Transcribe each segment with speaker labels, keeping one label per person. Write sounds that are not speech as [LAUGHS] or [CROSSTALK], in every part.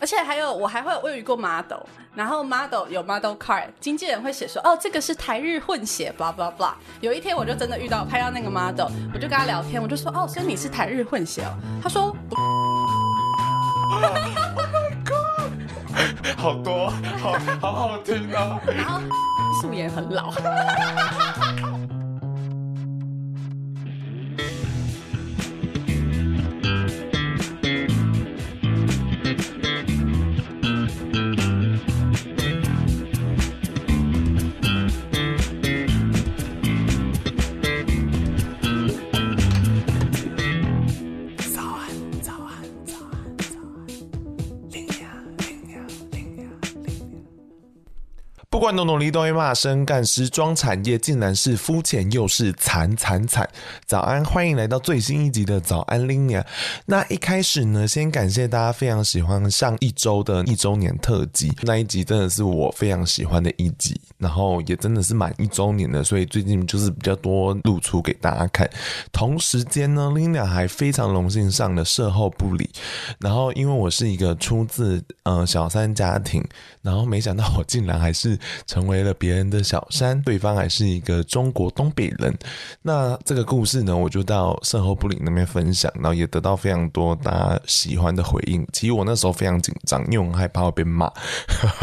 Speaker 1: 而且还有我还会我有遇过 model，然后 model 有 model card，经纪人会写说哦这个是台日混血，blah blah blah。有一天我就真的遇到拍到那个 model，我就跟他聊天，我就说哦所以你是台日混血哦，他说不
Speaker 2: 好多，好好好听啊！
Speaker 1: 然后素颜很老。 [LAUGHS]
Speaker 2: 早安，早安，早安，早安，零呀零呀零呀零呀。不管努努力都会骂声，干时装产业竟然是肤浅又是惨惨惨。早安，欢迎来到最新一集的早安 Linia。那一开始呢，先感谢大家非常喜欢上一周的一周年特辑，那一集真的是我非常喜欢的一集，然后也真的是满一周年了，所以最近就是比较多露出给大家看。同时间呢，Linia 还非常荣幸上了社后不理，然后因为我是一个出自呃小三家庭，然后没想到我竟然还是成为了别人的小三，对方还是一个中国东北人。那这个故事呢，我就到售后部里那边分享，然后也得到非常多大家喜欢的回应。其实我那时候非常紧张，因为我很害怕我被骂。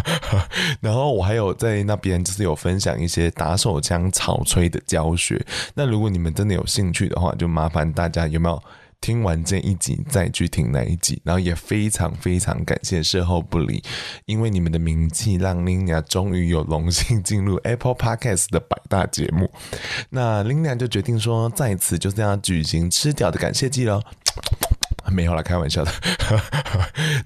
Speaker 2: [LAUGHS] 然后我还有在那边就是有分享一些打手枪草吹的教学。那如果你们真的有兴趣的话，就麻烦大家有没有？听完这一集再去听那一集，然后也非常非常感谢事后不理，因为你们的名气让 Lina 终于有荣幸进入 Apple Podcast 的百大节目。那 Lina 就决定说，在此就这样举行吃屌的感谢祭喽。没有啦，开玩笑的。 [LAUGHS]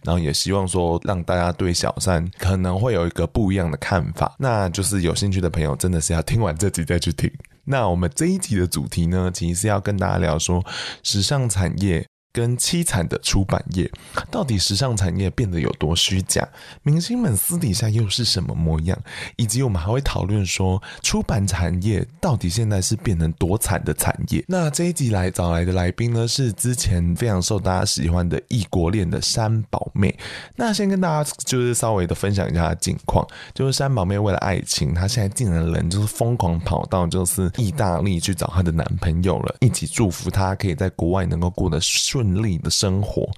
Speaker 2: 然后也希望说让大家对小三可能会有一个不一样的看法。那就是有兴趣的朋友真的是要听完这集再去听。那我们这一集的主题呢，其实是要跟大家聊说时尚产业。跟凄惨的出版业，到底时尚产业变得有多虚假？明星们私底下又是什么模样？以及我们还会讨论说，出版产业到底现在是变成多惨的产业？那这一集来找来的来宾呢，是之前非常受大家喜欢的异国恋的三宝妹。那先跟大家就是稍微的分享一下她的近况，就是三宝妹为了爱情，她现在竟然人就是疯狂跑到就是意大利去找她的男朋友了，一起祝福她可以在国外能够过得顺利的生活。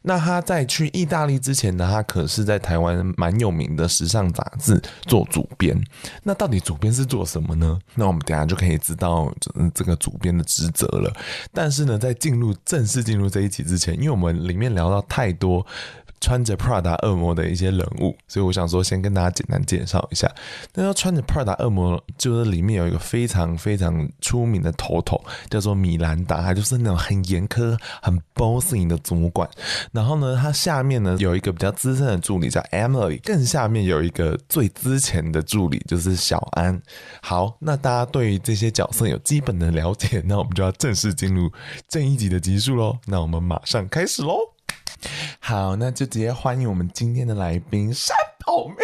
Speaker 2: 那她在去意大利之前呢，她可是在台湾蛮有名的时尚杂志做主编。那到底主编是做什么呢？那我们等一下就可以知道嗯这个主编的职责了。但是呢，在进入正式进入这一集之前，因为我们里面聊到太多穿着 Prada 恶魔的一些人物，所以我想说先跟大家简单介绍一下。那要穿着 Prada 恶魔，就是里面有一个非常非常出名的头头，叫做米兰达，他就是那种很严苛、很 bossy 的主管。然后呢，他下面呢有一个比较资深的助理叫 Emily，更下面有一个最之前的助理就是小安。好，那大家对于这些角色有基本的了解，那我们就要正式进入正一集的集数喽。那我们马上开始喽。好，那就直接欢迎我们今天的来宾山宝妹，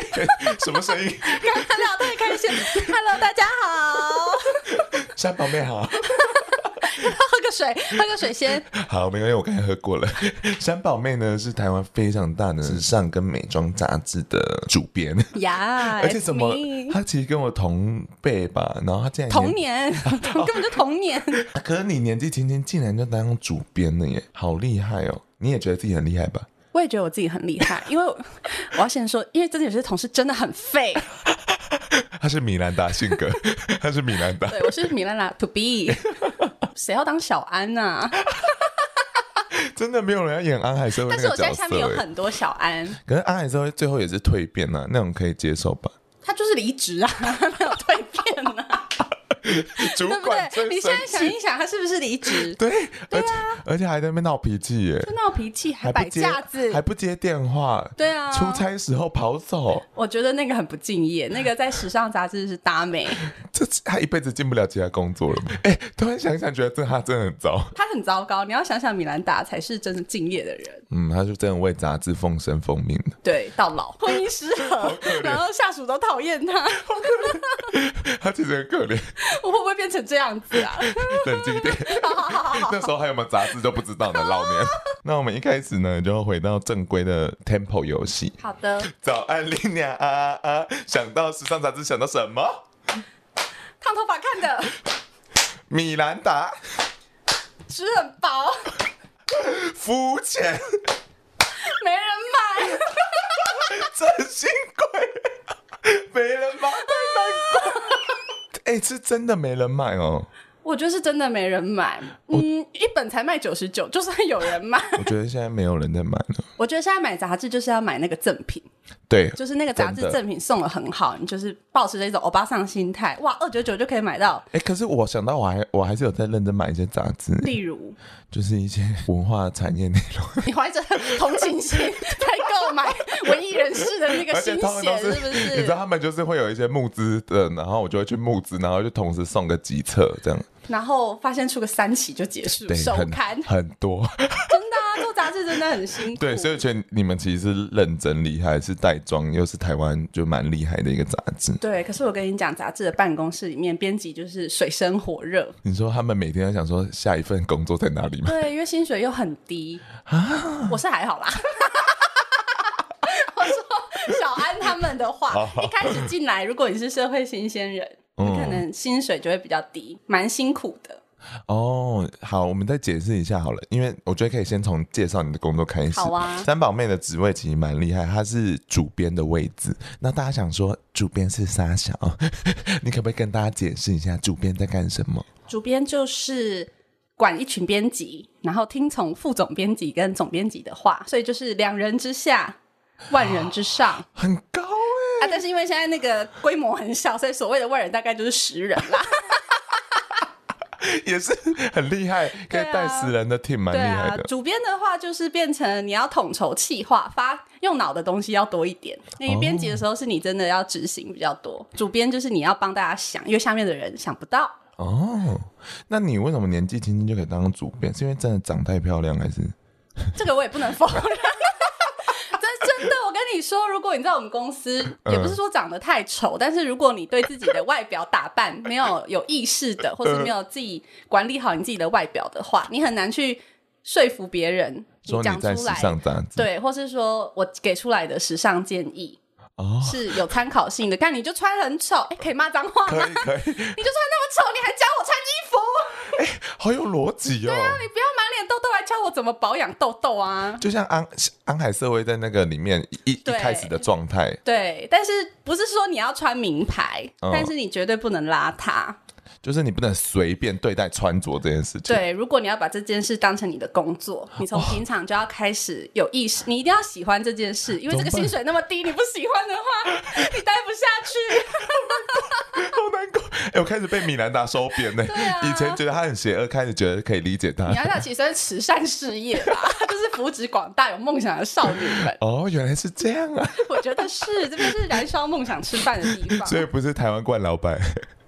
Speaker 2: [LAUGHS] 什么声音？
Speaker 1: 他聊太开心，Hello，大家好，
Speaker 2: 山宝妹好，
Speaker 1: 喝个水，喝个水先。
Speaker 2: [LAUGHS] 好，没关系，我刚才喝过了。山宝妹呢是台湾非常大的时尚跟美妆杂志的主编，
Speaker 1: 呀，
Speaker 2: 而且
Speaker 1: it's
Speaker 2: 怎么
Speaker 1: me，
Speaker 2: 她其实跟我同辈吧，然后她竟然
Speaker 1: 童
Speaker 2: 年， [LAUGHS] 啊
Speaker 1: 年，根本就童年。
Speaker 2: 可是你年纪轻轻竟然就当主编了耶，好厉害哦！你也觉得自己很厉害吧？
Speaker 1: 我也觉得我自己很厉害，因为我我要先说，因为真的有些同事真的很废。
Speaker 2: 她是米兰达性格， [LAUGHS] 她是米兰达。
Speaker 1: 对，我是米兰拉 to be，谁
Speaker 2: [LAUGHS]
Speaker 1: 要当小安啊呐、
Speaker 2: 真的没有人要演安海瑟薇
Speaker 1: 但
Speaker 2: 那
Speaker 1: 是
Speaker 2: 个
Speaker 1: 我现
Speaker 2: 角
Speaker 1: 在
Speaker 2: 色、
Speaker 1: 下面有
Speaker 2: 欸。
Speaker 1: 很多小安，
Speaker 2: 可是安海瑟薇最后也是蜕变呐、那种可以接受吧？
Speaker 1: 他就是离职啊， [LAUGHS] 没有蜕变
Speaker 2: [LAUGHS]
Speaker 1: 啊，
Speaker 2: 主
Speaker 1: 对不
Speaker 2: 管
Speaker 1: 对？
Speaker 2: 真
Speaker 1: 你现在想一想，他是不是离职？
Speaker 2: [LAUGHS] 对，而且、而且还在那边闹脾气耶、
Speaker 1: 闹脾气，还
Speaker 2: 不
Speaker 1: 摆
Speaker 2: 接
Speaker 1: 架子
Speaker 2: 还，不接电话，
Speaker 1: 对啊
Speaker 2: 出差时候跑走，
Speaker 1: 我觉得那个很不敬
Speaker 2: [LAUGHS]
Speaker 1: 业。那个在时尚杂志是搭美，
Speaker 2: 这他一辈子进不了其他工作了吧。 [LAUGHS] 哎、突然想一想，觉得这他真的很糟。
Speaker 1: 他很糟糕。你要想想，米兰达才是真的敬业的人。
Speaker 2: 嗯，他就真的为杂志奉身奉命的。
Speaker 1: 对，到
Speaker 2: [LAUGHS]
Speaker 1: 老婚姻失和，然后下属都讨厌他。 [LAUGHS]
Speaker 2: [LAUGHS] 他其实很可怜，
Speaker 1: 我会不会变成这样子
Speaker 2: [LAUGHS]
Speaker 1: 啊？
Speaker 2: 冷静
Speaker 1: [LAUGHS]
Speaker 2: 一点。那时候还有没有杂志都不知道呢，老年。那我们一开始呢，就回到正规的 tempo 游戏。
Speaker 1: 好的，
Speaker 2: 早安，林娘啊啊啊！想到时尚杂志，想到什么？
Speaker 1: 烫头发看的，
Speaker 2: 米兰达，
Speaker 1: 纸很薄， [LAUGHS]
Speaker 2: 肤浅，
Speaker 1: 没人买。 [LAUGHS]
Speaker 2: 真心鬼，没人买，太难过。哎、是真的没人买哦。
Speaker 1: 我觉得是真的没人买，嗯，一本才卖九十九，就算有人买， [LAUGHS]
Speaker 2: 我觉得现在没有人在买了。
Speaker 1: 我觉得现在买杂志就是要买那个赠品，
Speaker 2: 对，
Speaker 1: 就是那个杂志
Speaker 2: 真的
Speaker 1: 赠品送的很好，你就是保持着一种欧巴桑心态，哇，二九九就可以买到。
Speaker 2: 哎、可是我想到我还我还是有在认真买一些杂志，
Speaker 1: 例如，
Speaker 2: 就是一些文化产业内
Speaker 1: [LAUGHS]
Speaker 2: 容，
Speaker 1: 你怀着同情心在购买文艺人士的那个
Speaker 2: [LAUGHS] 而且
Speaker 1: 心
Speaker 2: 他们都
Speaker 1: 血，是不
Speaker 2: 你知道
Speaker 1: 是？
Speaker 2: 他们就是会有一些募资的，然后我就会去募资，然后就同时送个几册这样，
Speaker 1: 然后发现出个三期就结束，
Speaker 2: 对，
Speaker 1: 首
Speaker 2: 很
Speaker 1: 刊真
Speaker 2: 很多，
Speaker 1: 的啊，做杂志真的很辛苦。 [LAUGHS]
Speaker 2: 对，所以我觉得你们其实是认真厉害，是带妆，又是台湾就蛮厉害的一个杂志。
Speaker 1: 对，可是我跟你讲，杂志的办公室里面，编辑就是水深火热，
Speaker 2: 你说他们每天在想说下一份工作在
Speaker 1: [LAUGHS]
Speaker 2: 哪里吗？
Speaker 1: 对，因为薪水又很低我是还好啦。 [LAUGHS] 我说小安他们的话，一开始进来，如果你是社会新鲜人，你可能薪水就会比较低，蛮辛苦的。
Speaker 2: 哦，好，我们再解释一下好了，因为我觉得可以先从介绍你的工作开始。
Speaker 1: 好啊
Speaker 2: 三宝妹的职位其实蛮厉害，她是主编的位置。那大家想说，主编是沙小， [LAUGHS] 你可不可以跟大家解释一下主编在干什么？
Speaker 1: 主编就是管一群编辑，然后听从副总编辑跟总编辑的话，所以就是两人之下，万人之上。
Speaker 2: 很高哎、
Speaker 1: 啊，但是因为现在那个规模很小，所以所谓的万人大概就是十人啦。
Speaker 2: 欸也是很厉害，可
Speaker 1: 对
Speaker 2: 以
Speaker 1: 啊
Speaker 2: 带死人的 team，蛮厉
Speaker 1: 对
Speaker 2: 害
Speaker 1: 啊
Speaker 2: 的。，
Speaker 1: 主编的话就是变成你要统筹企划，发用脑的东西要多一点。那你编辑的时候是你真的要执行比较多，主编就是你要帮大家想，因为下面的人想不到。
Speaker 2: 哦，那你为什么年纪轻轻就可以当主编？是因为真的长太漂亮，还是？
Speaker 1: 这个我也不能否认。 [LAUGHS] 真真的，我跟你说，如果你在我们公司，
Speaker 2: 嗯
Speaker 1: 也不是说长得太丑，但是如果你对自己的外表打扮没有有意识的，或是没有自己管理好你自己的外表的话，你很难去说服别人。
Speaker 2: 说
Speaker 1: 讲
Speaker 2: 你在
Speaker 1: 出
Speaker 2: 时
Speaker 1: 来，
Speaker 2: 尚杂志
Speaker 1: 对，或是说我给出来的时尚建议
Speaker 2: 哦，
Speaker 1: 是有参考性的。但你就穿很
Speaker 2: [LAUGHS]
Speaker 1: 丑，哎、可以骂脏话吗？你就
Speaker 2: 可
Speaker 1: 穿
Speaker 2: 以可以，
Speaker 1: 那么丑，你还教我穿衣
Speaker 2: [LAUGHS]
Speaker 1: 服？
Speaker 2: 好有逻辑哦。
Speaker 1: 你不要满脸痘痘来教我怎么保养痘痘啊！
Speaker 2: 就像安安海社会在那个里面一一
Speaker 1: 对
Speaker 2: 开始的状态，
Speaker 1: 对，但是不是说你要穿名牌，
Speaker 2: 嗯
Speaker 1: 但是你绝对不能邋遢。
Speaker 2: 就是你不能随便对待穿着这件哦事情。
Speaker 1: 对，如果你要把这件事当成你的工作，你从平常就要开始有意识，你一定要喜欢这件事，因为这个
Speaker 2: 怎么办
Speaker 1: 薪水那么低，你不喜欢
Speaker 2: [LAUGHS]
Speaker 1: 的话，你待不下去。
Speaker 2: 好难过。哎、我开始被米兰达收编呢、
Speaker 1: 啊
Speaker 2: 以前觉得他很邪恶，开始觉得可以理解他
Speaker 1: 你。要想起身慈善事业吧， [LAUGHS] 就是扶植广大有梦想的少女们。
Speaker 2: 哦，原来是这样啊！
Speaker 1: 我觉得是，这边是燃烧梦想吃饭的地方，
Speaker 2: 所以不是台湾冠
Speaker 1: [LAUGHS]
Speaker 2: 老板，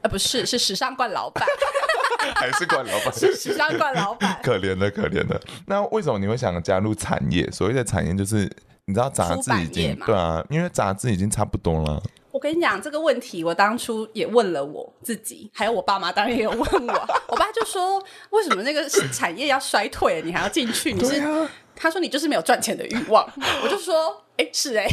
Speaker 1: 呃，不是，是时尚冠老板，
Speaker 2: 还是冠老板？
Speaker 1: 是时尚冠老板。
Speaker 2: 可怜的，可怜的。那为什么你会想加入产业？所谓的产业就是。你知道杂志已
Speaker 1: 出版业
Speaker 2: 经
Speaker 1: 嘛
Speaker 2: 对啊，因为杂志已经差不多了。
Speaker 1: 我跟你讲这个问题，我当初也问了我自己，还有我爸妈，当然也有问我。我爸就说：“为什么那个产业要衰退，你还要进去？你是？”
Speaker 2: 啊，
Speaker 1: 他说：“你就是没有赚钱的欲望。”我就说：“哎、是哎、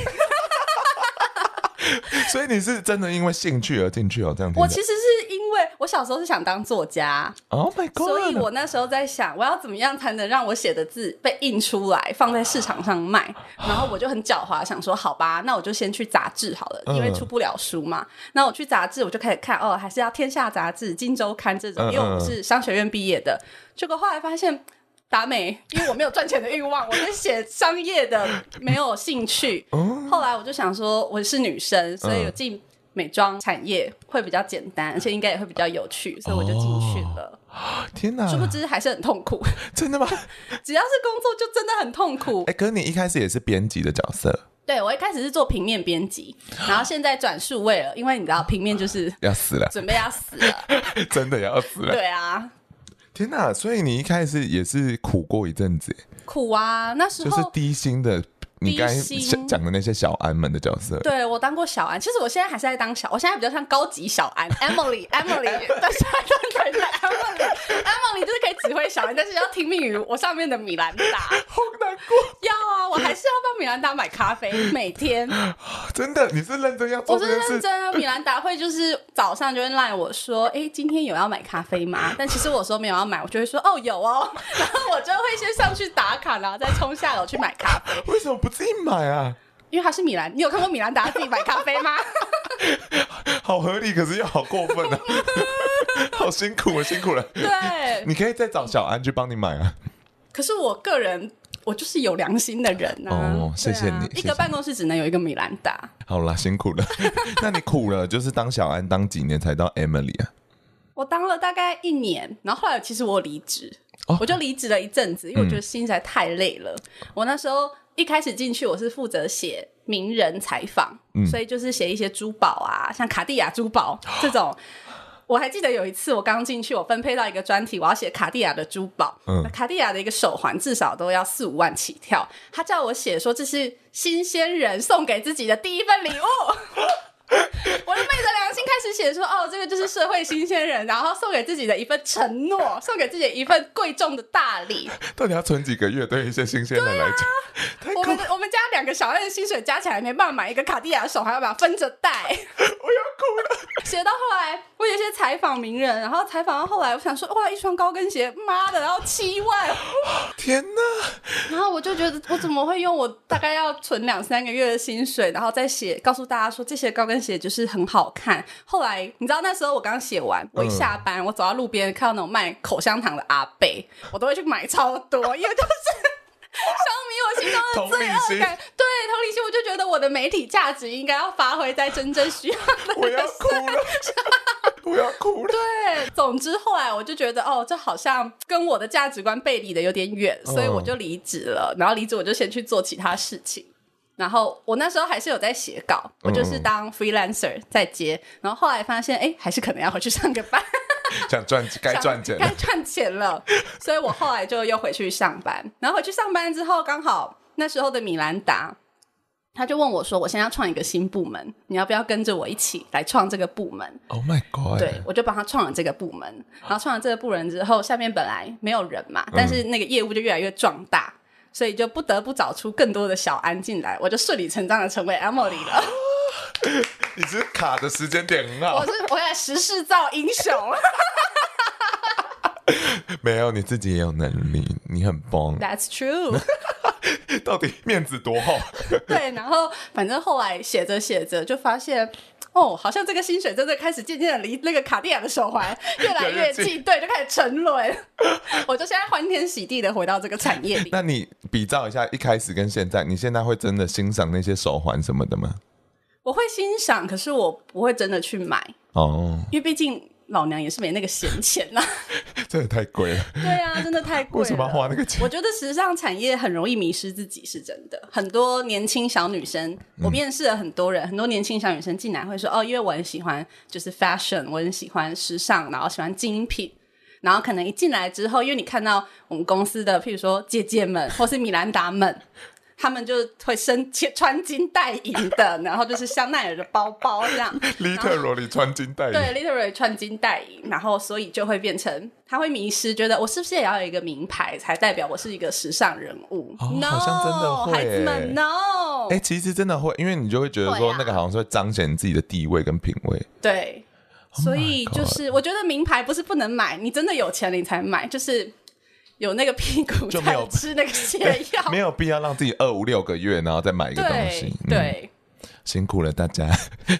Speaker 2: 所以你是真的因为兴趣而进去哦，这样听
Speaker 1: 我
Speaker 2: 起
Speaker 1: 其
Speaker 2: 来
Speaker 1: 实是因为我小时候是想当作家，
Speaker 2: Oh my God！
Speaker 1: 所以我那时候在想，我要怎么样才能让我写的字被印出来，放在市场上卖？
Speaker 2: 哦
Speaker 1: 然后我就很狡猾，想说好吧，那我就先去杂志好了，
Speaker 2: 嗯
Speaker 1: 因为出不了书嘛。那我去杂志，我就开始看哦，还是要《天下》杂志、《金周刊》这
Speaker 2: 嗯
Speaker 1: 种，
Speaker 2: 嗯
Speaker 1: 因为我不是商学院毕业的。结果后来发现。达美，因为我没有赚钱的欲
Speaker 2: [LAUGHS]
Speaker 1: 望，我对写商业的没有兴趣。
Speaker 2: 哦
Speaker 1: 后来我就想说，我是女生，所
Speaker 2: 嗯
Speaker 1: 以有进美妆产业会比较简单，而且应该也会比较有趣，所以我就进去了。
Speaker 2: 天哪，
Speaker 1: 殊不知还是很痛苦， [LAUGHS]
Speaker 2: 真的吗？
Speaker 1: 只要是工作就真的很痛苦
Speaker 2: 哎、。可是你一开始也是编辑的角色，
Speaker 1: 对我一开始是做平面编辑，然后现在转数位了，因为你知道平面就是，
Speaker 2: 要死了
Speaker 1: 准备要死了。
Speaker 2: [LAUGHS] 真的要死了！
Speaker 1: 对啊，
Speaker 2: 天哪，所以你一开始也是苦过一阵子，
Speaker 1: 苦啊！那时
Speaker 2: 就是
Speaker 1: 候
Speaker 2: 低薪的你刚才
Speaker 1: 低薪
Speaker 2: 讲讲的那些小安们的角色，
Speaker 1: 对我当过小安，其实我现在还是在当小，我现在比较像高级小
Speaker 2: [LAUGHS]
Speaker 1: 安 Emily [LAUGHS] Emily，但是对对 Emily Emily 就是可以指挥小安，但是要听命于我上面的米兰达。
Speaker 2: 好难过，
Speaker 1: 要啊，我还是要帮米兰达买咖啡，每天
Speaker 2: 哦真的，你是认真要做
Speaker 1: 我
Speaker 2: 这
Speaker 1: 是
Speaker 2: 件
Speaker 1: 认
Speaker 2: 事？
Speaker 1: 真啊。米兰达会就是早上就会赖我说，哎、今天有要买咖啡吗？但其实我说没有要买，我就会说哦有哦，然后我就会先上去打卡，然后再冲下楼去买咖啡，
Speaker 2: 为什么不自己买啊？
Speaker 1: 因为他是米兰，你有看过米兰达自己买咖啡
Speaker 2: [LAUGHS]
Speaker 1: 吗？
Speaker 2: 好合理，可是又好过
Speaker 1: [LAUGHS]
Speaker 2: 分啊！好辛苦了，辛苦了。
Speaker 1: 对，
Speaker 2: 你可以再找小安去帮你买啊。
Speaker 1: 可是我个人，我就是有良心的人呐、啊。
Speaker 2: 哦谢谢
Speaker 1: 对啊
Speaker 2: 你谢
Speaker 1: 一
Speaker 2: 谢
Speaker 1: 个办公室只能有一个米兰达，
Speaker 2: 好啦，辛苦了。 [LAUGHS] 那你苦了，就是当小安当几年才到 Emily 啊？
Speaker 1: 我当了大概一年，然后后来其实我离职，
Speaker 2: 哦嗯
Speaker 1: 我就离职了一阵子，因为我觉得心实在太累了。我那时候一开始进去，我是负责写名人采访，
Speaker 2: 嗯
Speaker 1: 所以就是写一些珠宝啊，像卡地亚珠
Speaker 2: [GASPS]
Speaker 1: 宝这种。我还记得有一次，我刚进去，我分配到一个专题，我要写卡地亚的珠宝。
Speaker 2: 嗯
Speaker 1: 那卡地亚的一个手环至少都要四五万起跳。他叫我写说这是新鲜人送给自己的第一份礼物。我就昧着良心开始写说，哦，这个就是社会新鲜人，然后送给自己的一份承诺，送给自己一份贵重的大礼。
Speaker 2: 到底要存几个月？对于一些新鲜人来讲，太
Speaker 1: 我
Speaker 2: 苦
Speaker 1: 们的我们家两个小孩的薪水加起来没办法买一个卡地亚的手，还要把它分着戴。
Speaker 2: [LAUGHS] 我要哭了。
Speaker 1: 写到后来，我有一些采访名人，然后采访到后来，我想说，哇，一双高跟鞋，妈的，然后七万，啊 [LAUGHS]
Speaker 2: 天哪！
Speaker 1: 然后我就觉得，我怎么会用我大概要存两三个月的薪水，然后再写告诉大家说这些高跟鞋就是很好看。后来你知道那时候我刚写完，我一下班，我走到路边看到那种卖口香糖的阿贝，我都会去买超多，因为就是 [LAUGHS] 消弭我心中的罪恶感。对，同理心，我就觉得我的媒体价值应该要发挥在真正需要的
Speaker 2: 我要哭
Speaker 1: [LAUGHS]
Speaker 2: 了，我要哭了。
Speaker 1: 对， [LAUGHS] 总之后来我就觉得，哦，这好像跟我的价值观背离的有点远，所以我就离职了。然后离职我就先去做其他事情。然后我那时候还是有在写稿，我就是当 freelancer 在接。然后后来发现，哎，还是可能要回去上个班，
Speaker 2: 想赚该赚钱
Speaker 1: 该
Speaker 2: 了，
Speaker 1: 赚钱了。所以我后来就又回去上班。然后回去上班之后，刚好那时候的米兰达。他就问我说：“我现在要创一个新部门，你要不要跟着我一起来创这个部门？”
Speaker 2: Oh my god！
Speaker 1: 对，我就帮他创了这个部门，然后创了这个部门之后，下面本来没有人嘛，但是那个业务就越来越壮大，所以就不得不找出更多的小安进来，我就顺理成章的成为 Emily 了。 [LAUGHS]
Speaker 2: 你只是卡的时间点很好
Speaker 1: 我，是我也时势造英雄，
Speaker 2: 没有你自己也有能力，你很棒。
Speaker 1: [LAUGHS] That's true。
Speaker 2: 到底面子多厚？
Speaker 1: [LAUGHS] 对，然后反正后来写着写着就发现。哦，好像这个薪水真的开始渐渐的离那个卡地亚的手环越来
Speaker 2: 越
Speaker 1: [LAUGHS] 越
Speaker 2: 近
Speaker 1: 近，对，就开始沉沦。我就现在欢天喜地的回到这个产业里。
Speaker 2: 那你比照一下一开始跟现在，你现在会真的欣赏那些手环什么的吗？
Speaker 1: 我会欣赏，可是我不会真的去买。
Speaker 2: 哦，
Speaker 1: 因为毕竟老娘也是没那个闲钱啦。
Speaker 2: 真的太贵了，
Speaker 1: [LAUGHS] 对啊，真的太贵了。
Speaker 2: 为什么要花那个钱
Speaker 1: 我觉得时尚产业很容易迷失自己，是真的。很多年轻小女生，
Speaker 2: 嗯
Speaker 1: 我面试了很多人，很多年轻小女生进来会说：“哦，因为我很喜欢就是 fashion，我很喜欢时尚，然后喜欢精品。”然后可能一进来之后，因为你看到我们公司的，譬如说姐姐们或是米兰达们， [LAUGHS] 他们就会身穿金戴银的，然后就是香奈儿的包包这
Speaker 2: [LAUGHS]
Speaker 1: 样，
Speaker 2: ？literally 穿金戴银，
Speaker 1: 对，literally 穿金戴银，然后所以就会变成他会迷失，觉得我是不是也要有一个名牌才代表我是一个时尚人物、
Speaker 2: 哦
Speaker 1: n o
Speaker 2: 好像真的会
Speaker 1: 孩子
Speaker 2: 欸
Speaker 1: 们，no，、
Speaker 2: 哎、其实真的会，因为你就会觉得
Speaker 1: 会
Speaker 2: 说
Speaker 1: 啊
Speaker 2: 那个好像是会彰显你自己的地位跟品味。
Speaker 1: 对。
Speaker 2: Oh my
Speaker 1: 所以就是，我觉得名牌不是不能买，你真的有钱了你才买，就是有那个屁股
Speaker 2: 就没
Speaker 1: 才
Speaker 2: 有
Speaker 1: 吃
Speaker 2: [LAUGHS]
Speaker 1: 那个泻药。
Speaker 2: 哎没有必要让自己二五六个月，然后再买一个东
Speaker 1: 对
Speaker 2: 西。嗯，
Speaker 1: 对，
Speaker 2: 辛苦了大家。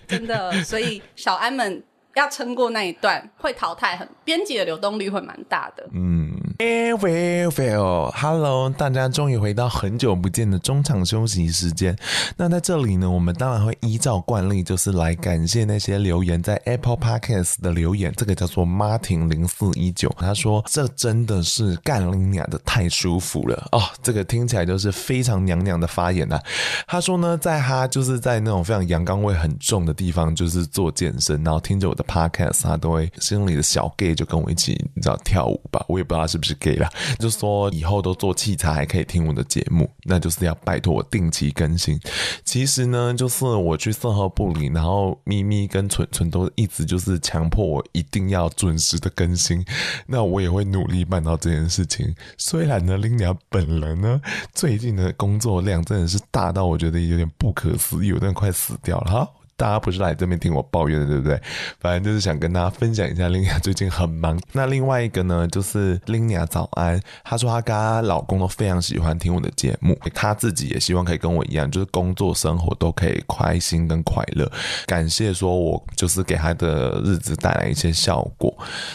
Speaker 1: 真的。所以小安们要撑过那一段，会淘汰很编辑的流动率会蛮大的。
Speaker 2: 嗯 e v e v e h e l l o 大家终于回到很久不见的中场休息时间。那在这里呢，我们当然会依照惯例，就是来感谢那些留言在 Apple Podcast 的留言，这个叫做 Martin 零四一九，他说这真的是干林鸟的太舒服了哦，这个听起来就是非常娘娘的发言呐、啊。他说呢，在他就是在那种非常阳刚味很重的地方，就是做健身，然后听着我的 podcast，他都会心里的小 gay 就跟我一起，你知道跳舞吧？我也不知道他是不是。不是 gay 啦， [LAUGHS] 就说以后都做器材还可以听我的节目，那就是要拜托我定期更新。其实呢，就是我去售后部里，然后咪咪跟纯纯都一直就是强迫我一定要准时的更新，那我也会努力办到这件事情。虽然呢，林鸟本人呢最近的工作量真的是大到我觉得有点不可思议，我真的快死掉了哈。大家不是来这边听我抱怨的，对不对？反正就是想跟大家分享一下，林雅最近很忙。那另外一个呢，就是林雅早安，她说她跟她老公都非常喜欢听我的节目，她自己也希望可以跟我一样，就是工作生活都可以开心跟快乐。感谢说我就是给她的日子带来一些效果。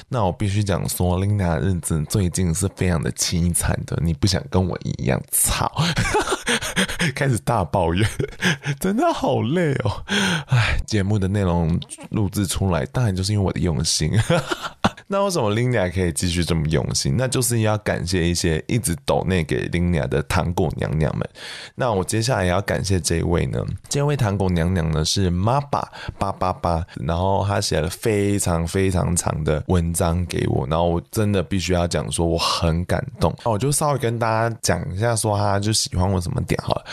Speaker 2: 那我必须讲说，林雅的日子最近是非常的凄惨的，你不想跟我一样操，开始大抱怨，真的好累哦。唉，节目的内容录制出来，当然就是因为我的用心。 [LAUGHS] 那为什么 Lina 可以继续这么用心？那就是要感谢一些一直抖内给 Lina 的糖果娘娘们。那我接下来也要感谢这一位呢，这位糖果娘娘呢是妈爸八八八，然后她写了非常非常长的文章给我，然后我真的必须要讲说我很感动。那我就稍微跟大家讲一下，说她就喜欢我什么点好了。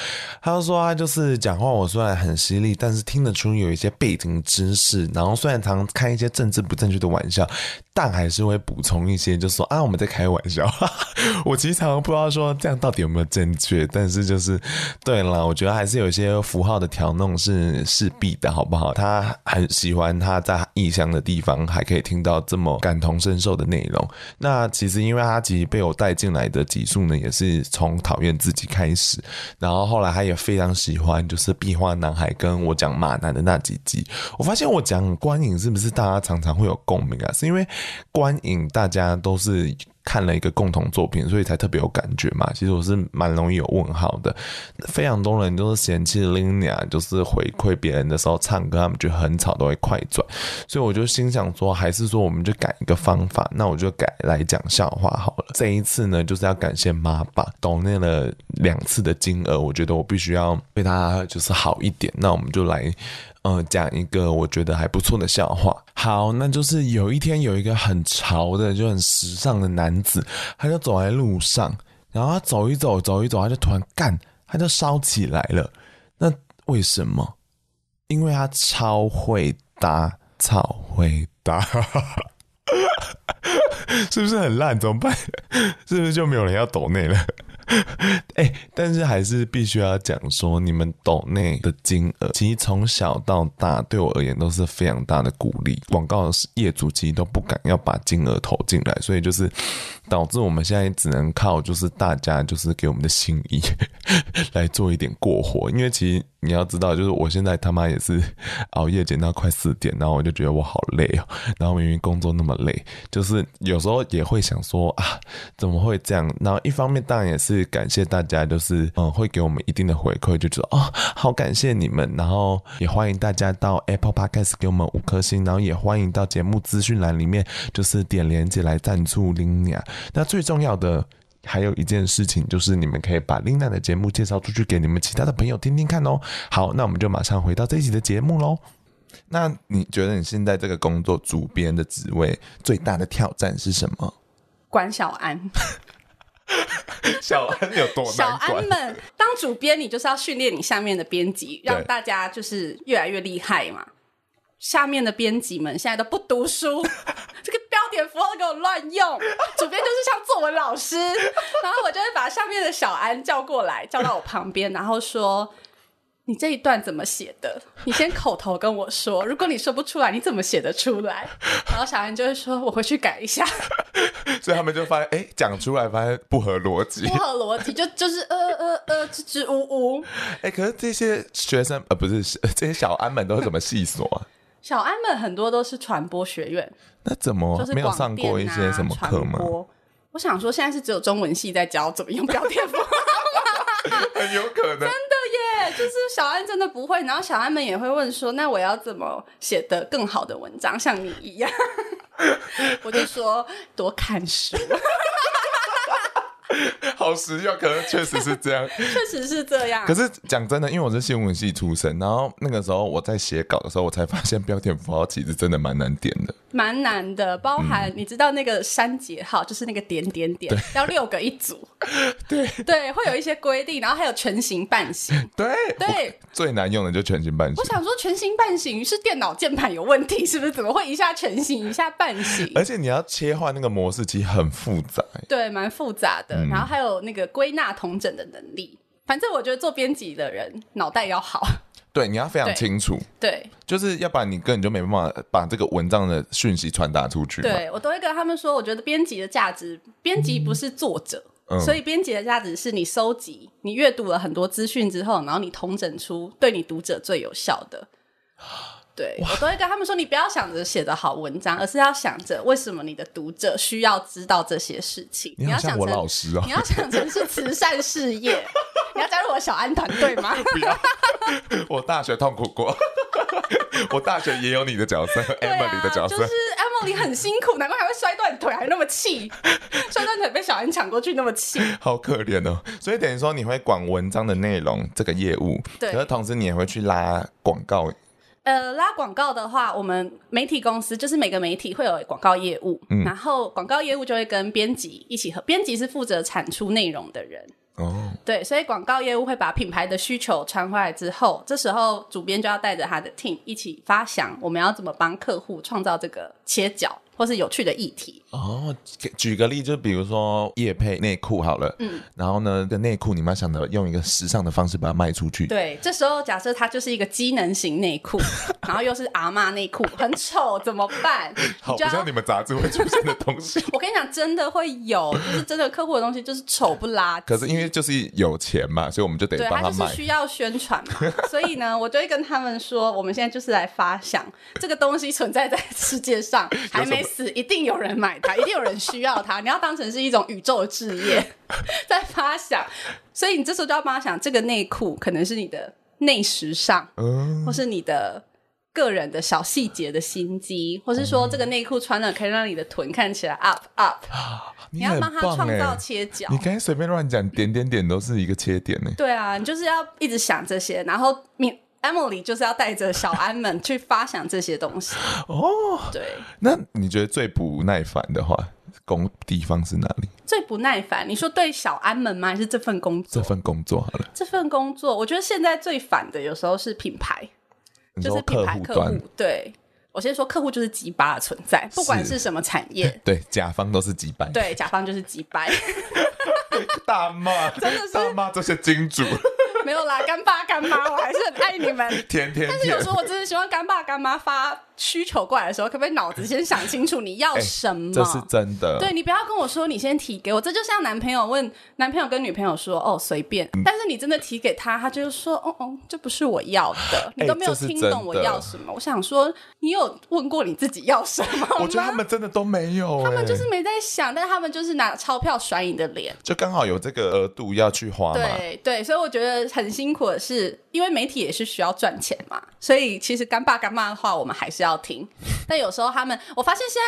Speaker 2: 她就说她就是讲话我虽然很犀利，但是听得出有一些背景知识，然后虽然常开一些政治不正确的玩笑，但还是会补充一些，就说啊我们在开玩笑。 [LAUGHS] 我其实常常不知道说这样到底有没有正确，但是就是对了，我觉得还是有一些符号的调弄是势必的，好不好？他很喜欢他在异乡的地方还可以听到这么感同身受的内容。那其实因为他其实被我带进来的集数呢，也是从讨厌自己开始，然后后来他也非常喜欢就是壁花男孩跟我讲马男的那几集。我发现我讲观影是不是大家常常会有共鸣啊？是因为观影大家都是。看了一个共同作品，所以才特别有感觉嘛。其实我是蛮容易有问号的，非常多人就是嫌弃 Lina，就是回馈别人的时候唱歌，他们觉得很吵，都会快转。所以我就心想说，还是说我们就改一个方法，那我就改来讲笑话好了。这一次呢，就是要感谢妈爸，懂那了两次的金额，我觉得我必须要对他就是好一点。那我们就来。呃，讲一个我觉得还不错的笑话。好，那就是有一天有一个很潮的、就很时尚的男子，他就走在路上，然后他走一走，走一走，他就突然干，他就烧起来了。那为什么？因为他超会搭，超会搭。 [LAUGHS] 是不是很烂？怎么办？是不是就没有人要抖内了？ [LAUGHS] 哎、但是还是必须要讲说，你们抖内的金额，其实从小到大对我而言都是非常大的鼓励。广告业主其实都不敢要把金额投进来，所以就是导致我们现在只能靠就是大家就是给我们的心意 [LAUGHS] 来做一点过活。因为其实你要知道，就是我现在他妈也是熬夜剪到快四点，然后我就觉得我好累哦，然后明明工作那么累，就是有时候也会想说啊，怎么会这样？然后一方面当然也是感谢大家，就是嗯会给我们一定的回馈，就觉得哦好感谢你们，然后也欢迎大家到 Apple Podcast 给我们五颗星，然后也欢迎到节目资讯栏里面就是点连接来赞助 Lina。那最重要的。还有一件事情就是，你们可以把 Lina 的节目介绍出去给你们其他的朋友听听看哦。好，那我们就马上回到这一集的节目喽。那你觉得你现在这个工作主编的职位最大的挑战是什么？
Speaker 1: 管小安，
Speaker 2: [LAUGHS] 小安有多
Speaker 1: 小
Speaker 2: 难
Speaker 1: 安
Speaker 2: 管？
Speaker 1: 们当主编，你就是要训练你下面的编辑，让
Speaker 2: 对
Speaker 1: 大家就是越来越厉害嘛。下面的编辑们现在都不读书， [LAUGHS] 这个标点符号都给我乱用。主编就是像作文老师，然后我就会把下面的小安叫过来，叫到我旁边，然后说：“你这一段怎么写的？你先口头跟我说，如果你说不出来，你怎么写得出来？”然后小安就会说：“我回去改一下。” [LAUGHS]
Speaker 2: 所以他们就发现，哎、讲出来发现不合逻辑
Speaker 1: 不。合逻辑，就就是呃呃呃支支吾吾。
Speaker 2: [LAUGHS] 哎、可是这些学生呃，不是这些小安们都是怎么细数 [LAUGHS] 啊？
Speaker 1: 小安们很多都是传播学院，
Speaker 2: 那怎么
Speaker 1: 就是
Speaker 2: 没有
Speaker 1: 广
Speaker 2: 上
Speaker 1: 电
Speaker 2: 过一
Speaker 1: 啊
Speaker 2: 些什么课
Speaker 1: 传
Speaker 2: 吗？ [LAUGHS]
Speaker 1: 播我想说，现在是只有中文系在教怎么用标点符号 [LAUGHS]
Speaker 2: 很哎有可能。
Speaker 1: 耶，就是小安真的不会。然后小安们也会问说：“那我要怎么写得更好的文章，像你一样？” [LAUGHS] 我就说多看书， [LAUGHS]
Speaker 2: 好实用，可能确实是这
Speaker 1: [LAUGHS]
Speaker 2: 样。
Speaker 1: 确实是这样。
Speaker 2: 可是讲真的，因为我是新闻系出身，然后那个时候我在写稿的时候，我才发现标点符号其实真的蛮难点的。
Speaker 1: 蛮难的，包
Speaker 2: 嗯
Speaker 1: 含你知道那个删节号，就是那个点点点，要六个一组，
Speaker 2: [LAUGHS] 对
Speaker 1: 对，会有一些规定，然后还有全形半形。
Speaker 2: [LAUGHS] 对
Speaker 1: 对，
Speaker 2: 最难用的就全形半形
Speaker 1: 我。想说全形半形是电脑键盘有问题，是不是？怎么会一下全形一下半形？
Speaker 2: 而且你要切换那个模式，其实很复杂。欸
Speaker 1: 对，蛮复杂的。然后还有那个归纳统整的能力。反正我觉得做编辑的人脑袋要好，
Speaker 2: 对，你要非常
Speaker 1: 对
Speaker 2: 清楚，
Speaker 1: 对，
Speaker 2: 就是要不然你根本就没办法把这个文章的讯息传达出去嘛。
Speaker 1: 对我都会跟他们说，我觉得编辑的价值，编辑不是作者，
Speaker 2: 嗯
Speaker 1: 所以编辑的价值是你收集、你阅读了很多资讯之后，然后你统整出对你读者最有效的。对我都会跟他们说，你不要想着写的好文章，而是要想着为什么你的读者需要知道这些事情。你
Speaker 2: 你
Speaker 1: 要
Speaker 2: 好像
Speaker 1: 想
Speaker 2: 我老
Speaker 1: 成， [LAUGHS]
Speaker 2: 师哦、
Speaker 1: 你要想成是慈善事业。你要加入我小安团队
Speaker 2: [LAUGHS]
Speaker 1: 吗？
Speaker 2: 不要，我大学痛苦过， [LAUGHS] 我大学也有你的角色、e
Speaker 1: 对
Speaker 2: m i l
Speaker 1: 啊
Speaker 2: y，的角
Speaker 1: 就
Speaker 2: 色。
Speaker 1: 是 Emily 很辛苦，难怪还会摔断腿，还那么气， [LAUGHS] 摔断腿被小安抢过去那么气。
Speaker 2: 好可怜哦，所以等于说你会管文章的内容这个业务，
Speaker 1: 对
Speaker 2: 可是同时你也会去拉广告，
Speaker 1: 呃，拉广告的话，我们媒体公司就是每个媒体会有广告业务，然后广告业务就会跟编辑一起合，编辑是负责产出内容的人，
Speaker 2: 哦，
Speaker 1: 对，所以广告业务会把品牌的需求传回来之后，这时候主编就要带着他的 team 一起发想，我们要怎么帮客户创造这个切角或是有趣的议题。
Speaker 2: 哦，举举个例，就比如说夜配内裤好了，嗯，然后呢，这内裤你们要想着用一个时尚的方式把它卖出去，
Speaker 1: 对，这时候假设它就是一个机能型内裤，然后又是阿嬷内裤，很丑，怎么办？你
Speaker 2: 好，不
Speaker 1: 就要
Speaker 2: 像你们杂志会出现的东西。
Speaker 1: [LAUGHS] 我跟你讲，真的会有，就是真的客户的东西就是丑不拉几。
Speaker 2: 可是因为就是有钱嘛，所以我们就得
Speaker 1: 对
Speaker 2: 帮
Speaker 1: 他就
Speaker 2: 卖
Speaker 1: 是。需要宣传嘛，所以呢，我就会跟他们说，我们现在就是来发想这个东西存在在世界上，还没死，一定有人买它，一定有人需要它。你要当成是一种宇宙的置业，在发想，所以你这时候就要帮他想，这个内裤可能是你的内时尚，
Speaker 2: 嗯，
Speaker 1: 或是你的个人的小细节的心机，或是
Speaker 2: 嗯
Speaker 1: 说这个内裤穿了可以让你的臀看起来 up up，
Speaker 2: 你
Speaker 1: 你要
Speaker 2: 很
Speaker 1: 帮他
Speaker 2: 棒
Speaker 1: 创
Speaker 2: 欸
Speaker 1: 造切角
Speaker 2: 你。刚才随便乱讲，点点点都是一个切点欸呢。
Speaker 1: 对啊，你就是要一直想这些，然后你 Emily 就是要带着小安们去发想这些东西。
Speaker 2: 哦，
Speaker 1: 对，
Speaker 2: 那你觉得最不耐烦的话，工地方是哪里？
Speaker 1: 最不耐烦，你说对小安们吗？还是这份工
Speaker 2: 这
Speaker 1: 作？
Speaker 2: 份工作好了，
Speaker 1: 这份工作，我觉得现在最烦的有时候是品牌，
Speaker 2: 你
Speaker 1: 就
Speaker 2: 说
Speaker 1: 是品牌
Speaker 2: 户
Speaker 1: 客
Speaker 2: 端。
Speaker 1: 户。，对我先说，客户就是鸡巴的存在，不管是什么产业
Speaker 2: 对，甲方都是几百，
Speaker 1: 对，甲方就是鸡掰，
Speaker 2: 大骂，
Speaker 1: 真的是
Speaker 2: 大骂这些金
Speaker 1: [LAUGHS]
Speaker 2: 主，
Speaker 1: [LAUGHS] 没有啦，干爸干妈，我还是很爱你们，
Speaker 2: 天天
Speaker 1: 但是
Speaker 2: 舔
Speaker 1: 有时。候我真的希望干爸干妈发需求过来的时候，可不可以脑子先想清楚你要
Speaker 2: 哎
Speaker 1: 什么？
Speaker 2: 这是真的，
Speaker 1: 对你不要跟我说你先提给我，这就像男朋友问男朋友跟女朋友说哦随便，
Speaker 2: 嗯
Speaker 1: 但是你真的提给他，他就说哦哦这不是我要的，你都没有
Speaker 2: 哎这是
Speaker 1: 听
Speaker 2: 真
Speaker 1: 懂我
Speaker 2: 的
Speaker 1: 要什么。我想说你有问过你自己要什么吗？
Speaker 2: 我觉得他们真的都没有、欸，
Speaker 1: 他们就是没在想，但他们就是拿钞票甩你的脸。
Speaker 2: 就刚好有这个额度要去花嘛，
Speaker 1: 对对，所以我觉得很辛苦的是，因为媒体也是需要赚钱嘛，所以其实干爸干妈的话我们还是要
Speaker 2: [LAUGHS]
Speaker 1: 听，但有时候他们，我发现现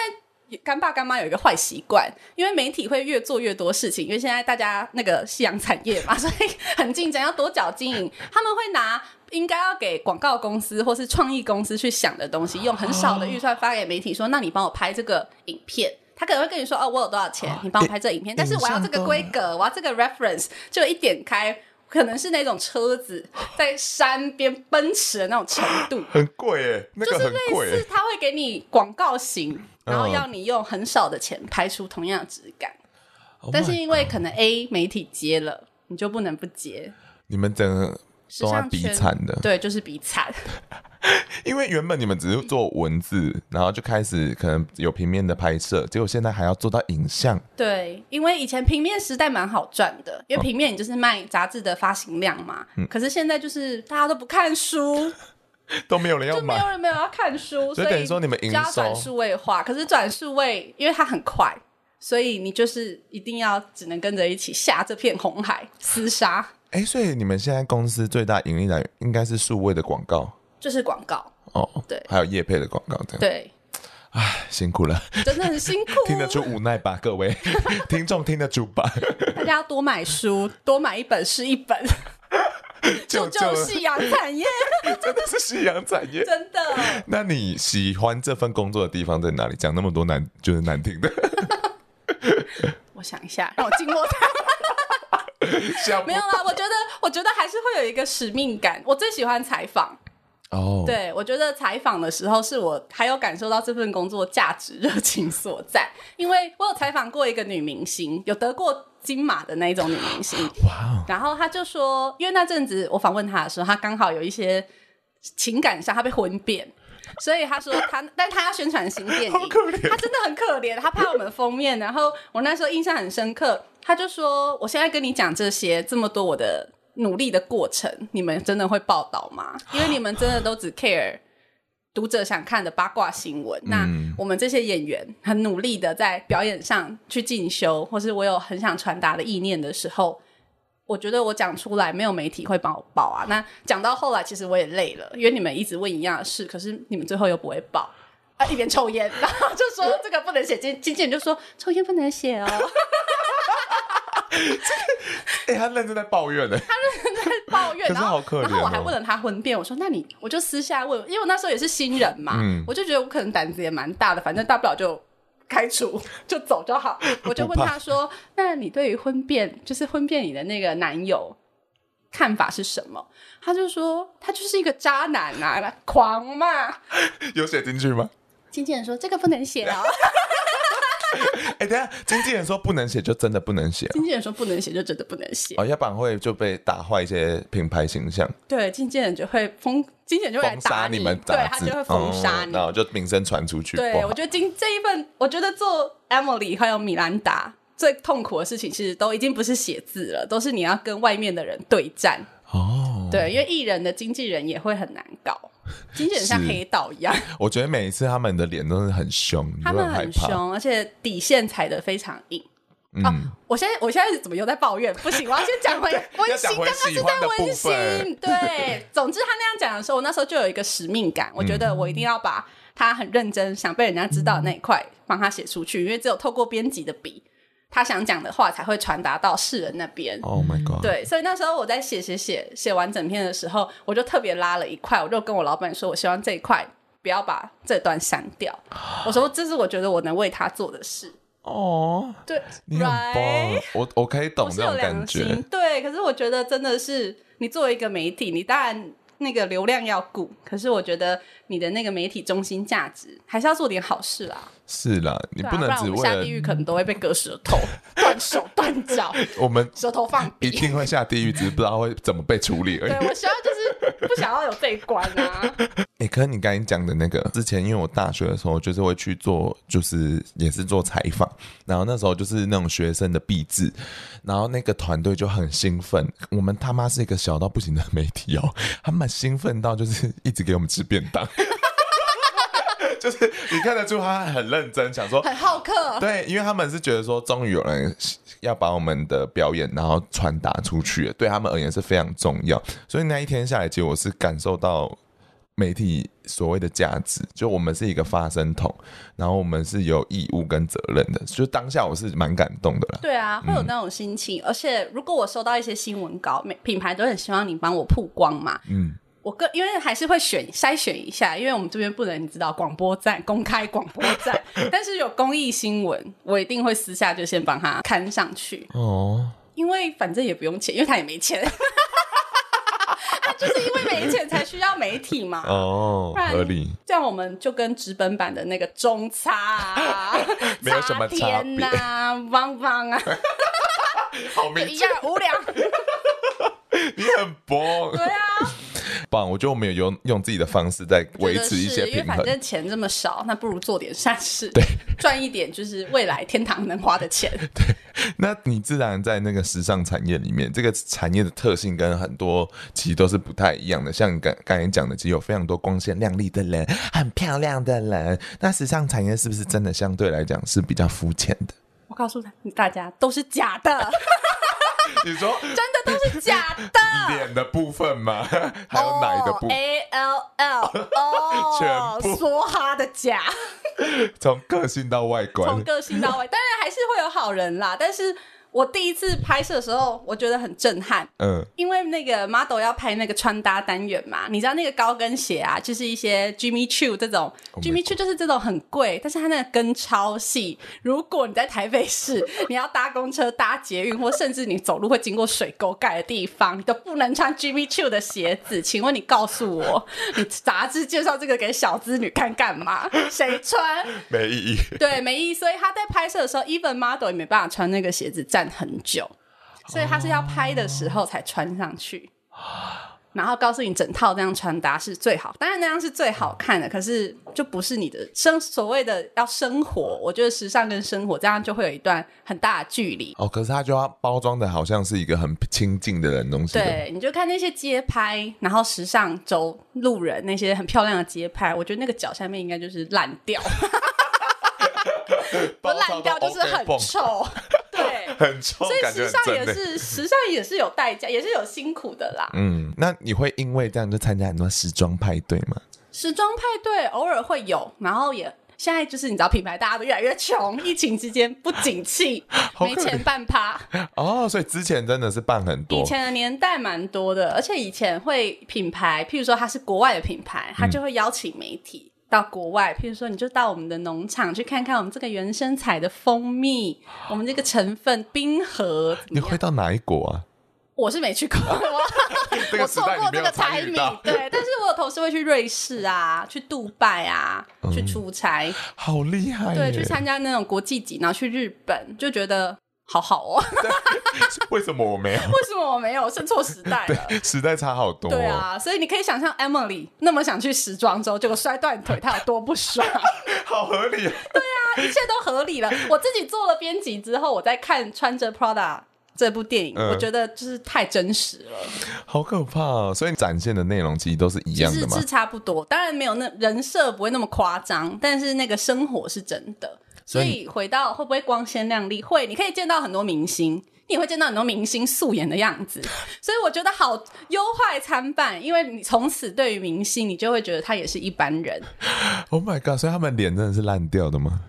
Speaker 1: 在干爸干妈有一个坏习惯，因为媒体会越做越多事情，因为现在大家那个夕阳产业嘛， [LAUGHS] 所以很竞争，要多角经营，他们会拿。应该要给广告公司或是创意公司去想的东西，用很少的预算发给媒体说，那你帮我拍这个影片。他可能会跟你说，哦，我有多少钱，你帮我拍这个影片，但是我要这个规格，我要这个 reference，就一点开，可能是那种车
Speaker 2: [LAUGHS]
Speaker 1: 子在山边奔驰的那种程度，
Speaker 2: 很贵哎、那
Speaker 1: 就
Speaker 2: 个
Speaker 1: 是
Speaker 2: 很贵、
Speaker 1: 类
Speaker 2: 嗯欸
Speaker 1: 似他会给你广告型，然后要你用很少的钱拍出同样的质感，
Speaker 2: Oh my-
Speaker 1: 但是因为可能 A 媒体接了，你就不能不接，
Speaker 2: 你们整个
Speaker 1: 时
Speaker 2: 都要
Speaker 1: 尚
Speaker 2: 比
Speaker 1: 圈
Speaker 2: 惨的，
Speaker 1: 对，就是比
Speaker 2: [LAUGHS]
Speaker 1: 惨，
Speaker 2: 因为原本你们只是做文字，然后就开始可能有平面的拍摄，结果现在还要做到
Speaker 1: [LAUGHS]
Speaker 2: 影像，
Speaker 1: 对，因为以前平面时代蛮好赚的，
Speaker 2: 嗯
Speaker 1: 因为平面你就是卖杂志的发行量嘛，可是现在就是大家都不看书，
Speaker 2: 都没有人要
Speaker 1: 就没
Speaker 2: 买
Speaker 1: 有。人没有要看书，
Speaker 2: 所
Speaker 1: 所
Speaker 2: 以等于说你们营
Speaker 1: 加
Speaker 2: 收
Speaker 1: 转数位化，可是转数位因为它很快，所以你就是一定要只能跟着一起下这片红海厮杀，
Speaker 2: 哎、所以你们现在公司最大盈利来源应该是数位的广告
Speaker 1: 就是广告，
Speaker 2: 哦，
Speaker 1: 对
Speaker 2: 还有业配的广告，这样
Speaker 1: 对，哦
Speaker 2: 辛苦了，
Speaker 1: 真的很辛苦，
Speaker 2: [LAUGHS] 听得出无奈吧，各
Speaker 1: [LAUGHS]
Speaker 2: 位听众听得出吧？
Speaker 1: 大家要多买书，多买一本是一本，救啊
Speaker 2: [LAUGHS] 就
Speaker 1: 救夕阳产业。
Speaker 2: 真的是夕阳产业。
Speaker 1: 真
Speaker 2: [LAUGHS]
Speaker 1: 的。
Speaker 2: 那你喜欢这份工作的地方在哪里？讲那么多难，就是难听的，
Speaker 1: 我想一下，让我静默
Speaker 2: [LAUGHS]
Speaker 1: 他。
Speaker 2: 笑不
Speaker 1: 没有啦，我觉得，我觉得还是会有一个使命感。我最喜欢采访，
Speaker 2: 哦，
Speaker 1: 对我觉得采访的时候是我还有感受到这份工作价值、热情所在。因为我有采访过一个女明星，有得过金马的那一种女明星，
Speaker 2: 哇哦
Speaker 1: 然后他就说，因为那阵子我访问他的时候，他刚好有一些情感上他被婚变，所以他说他，但他要宣传新电影，
Speaker 2: [LAUGHS] 好可怜啊
Speaker 1: 他真的很可怜，他拍我们的封面。然后我那时候印象很深刻，他就说，我现在跟你讲这些这么多我的努力的过程，你们真的会报道吗？因为你们真的都只 care。读者想看的八卦新闻，那
Speaker 2: 嗯
Speaker 1: 我们这些演员很努力的在表演上去进修，或是我有很想传达的意念的时候，我觉得我讲出来没有媒体会帮我报啊。那讲到后来，其实我也累了，因为你们一直问一样的事，可是你们最后又不会报。啊，一边抽烟，然后就说这个不能写，经经纪人就说抽烟不能写哦，
Speaker 2: 哎、他认真在抱怨呢、
Speaker 1: 抱怨，
Speaker 2: 可是
Speaker 1: 然后
Speaker 2: 好可怜哦
Speaker 1: 然后我还问了他婚变，我说那你我就私下问，因为我那时候也是新人嘛，
Speaker 2: 嗯
Speaker 1: 我就觉得我可能胆子也蛮大的，反正大不了就开除就走就
Speaker 2: [LAUGHS]
Speaker 1: 好。我就问他说，那你对于婚变，就是婚变你的那个男友看法是什么？他就说他就是一个渣男啊，狂嘛。
Speaker 2: 有写进去吗？
Speaker 1: 经纪人说这个不能写
Speaker 2: [LAUGHS]
Speaker 1: 啊，
Speaker 2: 哎、等一下，经纪人说不能写，就真的不能写
Speaker 1: 经纪人说不能写就真的不能写，
Speaker 2: 哦，要不然会就被打坏一些品牌形象，
Speaker 1: 对，经纪人就会封，经纪人就会来
Speaker 2: 封
Speaker 1: 打
Speaker 2: 杀你们
Speaker 1: 对
Speaker 2: 杂
Speaker 1: 他
Speaker 2: 志，
Speaker 1: 就会封杀
Speaker 2: 哦
Speaker 1: 你。
Speaker 2: 然后就名声传出去。不
Speaker 1: 对，
Speaker 2: 好
Speaker 1: 我觉得今这一份，我觉得做 Emily 还有米兰达最痛苦的事情，其实都已经不是写字了，都是你要跟外面的人对战。
Speaker 2: 哦，
Speaker 1: 对，因为艺人的经纪人也会很难搞，经纪人像
Speaker 2: 是
Speaker 1: 黑道一样，
Speaker 2: 我觉得每一次他们的脸都是很凶，你
Speaker 1: 他
Speaker 2: 会
Speaker 1: 们
Speaker 2: 害
Speaker 1: 很
Speaker 2: 怕。
Speaker 1: 凶，而且底线踩得非常硬。
Speaker 2: 嗯、
Speaker 1: 哦，我现在我现在怎么又在抱
Speaker 2: [LAUGHS]
Speaker 1: 怨？不行，我要先讲回温
Speaker 2: 要
Speaker 1: 馨，
Speaker 2: 讲
Speaker 1: 刚
Speaker 2: 回
Speaker 1: 刚是
Speaker 2: 喜欢
Speaker 1: 在
Speaker 2: 的
Speaker 1: 温
Speaker 2: 部
Speaker 1: 馨
Speaker 2: 分。
Speaker 1: 对，
Speaker 2: [LAUGHS]
Speaker 1: 总之他那样讲的时候，我那时候就有一个使命感，我觉得我一定要把他很认真想被人家知道的那一块帮他写出去，因为只有透过编辑的笔，他想讲的话才会传达到世人那边。
Speaker 2: o h，Oh my god！，
Speaker 1: 哦对，所以那时候我在写写写写完整篇的时候，我就特别拉了一块，我就跟我老板说，我希望这一块不要把这段删掉。我说这是我觉得我能为他做的事。
Speaker 2: 哦，
Speaker 1: 对，
Speaker 2: 你很
Speaker 1: right？
Speaker 2: 棒，我我可以懂
Speaker 1: 我是
Speaker 2: 这
Speaker 1: 有
Speaker 2: 种
Speaker 1: 良
Speaker 2: 感觉
Speaker 1: 心，。对。可是我觉得真的是，你作为一个媒体，你当然那个流量要顾，可是我觉得你的那个媒体中心价值还是要做点好事啦。
Speaker 2: 是啦，你
Speaker 1: 对
Speaker 2: 不能
Speaker 1: 啊、不
Speaker 2: 只
Speaker 1: 然我们
Speaker 2: 为
Speaker 1: 下
Speaker 2: 了
Speaker 1: 地狱可能都会被割舌
Speaker 2: [LAUGHS]
Speaker 1: 头、断手、断脚，
Speaker 2: 我们
Speaker 1: 舌头放
Speaker 2: 一
Speaker 1: 屁。
Speaker 2: 定会下地狱，只是不知道会怎么被处理而已
Speaker 1: 对。我希望就是不想要有这一关啊。
Speaker 2: 哎、可是你刚才讲的那个，之前因为我大学的时候就是会去做，就是也是做采访，然后那时候就是那种学生的毕制，然后那个团队就很兴奋，我们他妈是一个小到不行的媒体哦，他们兴奋到就是一直给我们吃便当， [LAUGHS] 就是你看得出他很认真，想说
Speaker 1: 很好 [LAUGHS] 客，
Speaker 2: 对，因为他们是觉得说，终于有人要把我们的表演然后传达出去了，对他们而言是非常重要。所以那一天下来，其实我是感受到媒体所谓的价值，就我们是一个发声筒，然后我们是有义务跟责任的。就当下我是蛮感动的啦。
Speaker 1: 对啊，会有那种心情。而且如果我收到一些新闻稿，每品牌都很希望你帮我曝光嘛。
Speaker 2: 嗯，
Speaker 1: 我个因为还是会选筛选一下，因为我们这边不能你知道广播站公开广播站，但是有公益新闻，我一定会私下就先帮他看上去，
Speaker 2: 哦，
Speaker 1: 因为反正也不用钱，因为他也没钱，他就是因为没钱才需要媒体嘛。
Speaker 2: 哦
Speaker 1: 不然
Speaker 2: 合理。
Speaker 1: 这样我们就跟纸本版的那个中差啊、
Speaker 2: 没有什么差别
Speaker 1: 天呐、汪汪啊
Speaker 2: 好明
Speaker 1: 一
Speaker 2: [LAUGHS]
Speaker 1: 样无聊。
Speaker 2: 你很棒，
Speaker 1: 对啊，
Speaker 2: 棒！我觉得我们有用用自己的方式在维持一些
Speaker 1: 我觉得是因为
Speaker 2: 平
Speaker 1: 反
Speaker 2: 衡。
Speaker 1: 正钱这么少，那不如做点善事，对， [LAUGHS] 赚一点就是未来天堂能花的钱。
Speaker 2: 那你自然在那个时尚产业里面，这个产业的特性跟很多其实都是不太一样的。像你刚刚才讲的，其实有非常多光鲜亮丽的人，很漂亮的人。那时尚产业是不是真的相对来讲是比较肤浅的？
Speaker 1: [LAUGHS] 我告诉大家，都是假的，
Speaker 2: [LAUGHS] 你说
Speaker 1: [LAUGHS] 真的都是假
Speaker 2: [LAUGHS]
Speaker 1: 的。
Speaker 2: 脸的部分吗？还有奶的部分，
Speaker 1: A L L 哦，
Speaker 2: [LAUGHS] 全部
Speaker 1: 梭哈的假，
Speaker 2: 从个性到外观
Speaker 1: 哦哎从，个性到位，当然还是会有好人啦，但是。我第一次拍摄的时候，我觉得很震撼，
Speaker 2: 嗯，
Speaker 1: 因为那个 model 要拍那个穿搭单元嘛，你知道那个高跟鞋啊，就是一些 Jimmy Choo 这种、
Speaker 2: Oh my
Speaker 1: j i m m y Choo 就是这种很贵，但是它那个跟超细。如果你在台北市， [LAUGHS] 你要搭公车、搭捷运，或甚至你走路会经过水沟盖的地方，你都不能穿 Jimmy Choo 的鞋子。请问你告诉我，你杂志介绍这个给小资女看干嘛？谁穿？
Speaker 2: 没意义。
Speaker 1: [LAUGHS] 对，没意义。所以他在拍摄的时候，even model 也没办法穿那个鞋子站很久，所以他是要拍的时候才穿上去。然后告诉你整套这样穿搭是最好，当然那样是最好看的，可是就不是你的生所谓的要生活。我觉得时尚跟生活这样就会有一段很大的距离。
Speaker 2: 哦，可是他就要包装的好像是一个很亲近的人东西。，
Speaker 1: 对，你就看那些街拍，然后时尚走路人那些很漂亮的街拍，我觉得那个脚下面应该就是烂掉，不烂掉就是很臭。对，
Speaker 2: 很臭，
Speaker 1: 所以
Speaker 2: 哦感觉
Speaker 1: 时
Speaker 2: 很
Speaker 1: 尚
Speaker 2: 真
Speaker 1: 也
Speaker 2: 的。 [LAUGHS]
Speaker 1: 是时尚也是有代价，也是有辛苦的啦。
Speaker 2: 嗯，那你会因为这样就参加很多时装派对吗？
Speaker 1: 时装派对偶尔会有，然后也现在就是你知道品牌大家都越来越穷，疫情之间不景气，
Speaker 2: [LAUGHS] 好
Speaker 1: 没
Speaker 2: 可
Speaker 1: 钱
Speaker 2: 怜
Speaker 1: 办趴。
Speaker 2: 哦，所以之前真的是办很
Speaker 1: 以
Speaker 2: 多，
Speaker 1: 前的年代蛮多的，而且以前会品牌，譬如说它是国外的品
Speaker 2: 嗯
Speaker 1: 牌，它就会邀请媒体。到国外，譬如说，你就到我们的农场去看看我们这个原生采的蜂蜜，我们这个成分冰河
Speaker 2: [LAUGHS]
Speaker 1: 怎么
Speaker 2: 你
Speaker 1: 样
Speaker 2: 会到哪一国啊？
Speaker 1: 我是没去过，我
Speaker 2: 这
Speaker 1: 我
Speaker 2: 个
Speaker 1: 错
Speaker 2: 时代
Speaker 1: 过
Speaker 2: 你
Speaker 1: 这
Speaker 2: 没有
Speaker 1: 个猜
Speaker 2: 参与
Speaker 1: 谜
Speaker 2: 到，
Speaker 1: 对。但是我有同事会去瑞士啊，去杜拜啊，去出差，
Speaker 2: 好厉害嗯耶！
Speaker 1: 对，去参加那种国际级，然后去日本，就觉得好好哦。 [LAUGHS]
Speaker 2: [LAUGHS] 为什么我没有？
Speaker 1: 为什么我没有？生错时代了。
Speaker 2: 时代差好多、哦。
Speaker 1: 对，啊，所以你可以想象 Emily 那么想去时装周，结果摔断腿，她有多不爽。
Speaker 2: 好合理、啊。
Speaker 1: [LAUGHS] 一切都合理了。我自己做了编辑之后，我在看《穿着 Prada》这部电影，
Speaker 2: 嗯
Speaker 1: 我觉得就是太真实了。
Speaker 2: 好可怕、哦！所以展现的内容其实都是一
Speaker 1: 其
Speaker 2: 样
Speaker 1: 实
Speaker 2: 的嘛
Speaker 1: 是。差不多，当然没有那人设不会那么夸张，但是那个生活是真的。所
Speaker 2: 所以
Speaker 1: 以回到会不会光鲜亮丽？会，你可以见到很多明星，你也会见到很多明星素颜的样子。所以我觉得好忧坏参半，因为你从此对于明星，你就会觉得他也是一般人。
Speaker 2: Oh my god！所以他们脸真的是烂掉的吗？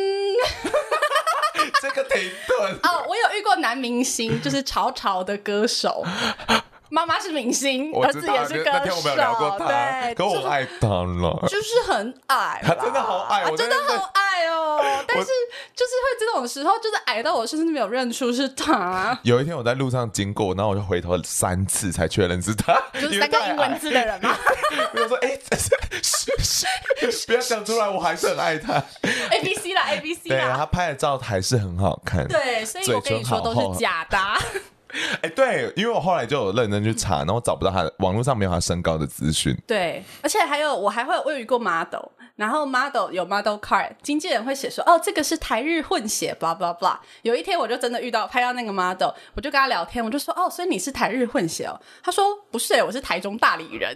Speaker 2: 嗯， [LAUGHS] 这个停顿。
Speaker 1: 哦，我有遇过男明星，就是潮潮的歌手， [LAUGHS] 妈妈是明星，
Speaker 2: 我
Speaker 1: 儿
Speaker 2: 知
Speaker 1: 子
Speaker 2: 道
Speaker 1: 也是歌
Speaker 2: 那那天我
Speaker 1: 手，
Speaker 2: 们有聊过他，
Speaker 1: 对，
Speaker 2: 可
Speaker 1: 就是
Speaker 2: 我爱他了。
Speaker 1: 就是很矮啦，
Speaker 2: [LAUGHS] 他真的好矮
Speaker 1: 啊
Speaker 2: 我
Speaker 1: 真
Speaker 2: 真
Speaker 1: 的
Speaker 2: 的
Speaker 1: 好矮
Speaker 2: [LAUGHS]
Speaker 1: 哦。但是就是会这种时候，就是矮到我甚至没有认出是
Speaker 2: [LAUGHS]
Speaker 1: 他，
Speaker 2: 有一天我在路上经过，然后我就回头三次才确认是他，
Speaker 1: 就是
Speaker 2: 因
Speaker 1: 在
Speaker 2: 为
Speaker 1: 看
Speaker 2: 太
Speaker 1: 英文
Speaker 2: 矮。
Speaker 1: 字的
Speaker 2: [LAUGHS]
Speaker 1: 人嘛。
Speaker 2: 我就说，哎、这是是是，不要讲出来，我还是很爱
Speaker 1: 啊
Speaker 2: 他。
Speaker 1: A B C 啦，A B C
Speaker 2: 对啊，
Speaker 1: 啦
Speaker 2: 他，拍的照还是很好看。
Speaker 1: 对，所以我跟你说都是假的 [LAUGHS] 啊。
Speaker 2: 哎、对，因为我后来就有认真去查，然后找不到他的，网络上没有他身高的资讯。
Speaker 1: 对，而且还有我还会我有一个 model，然后 model 有 model card，经纪人会写说哦这个是台日混血，blah blah blah。有一天我就真的遇到拍到那个 model，我就跟他聊天，我就说哦，所以你是台日混血哦？他说不是、欸，我是台中大理人。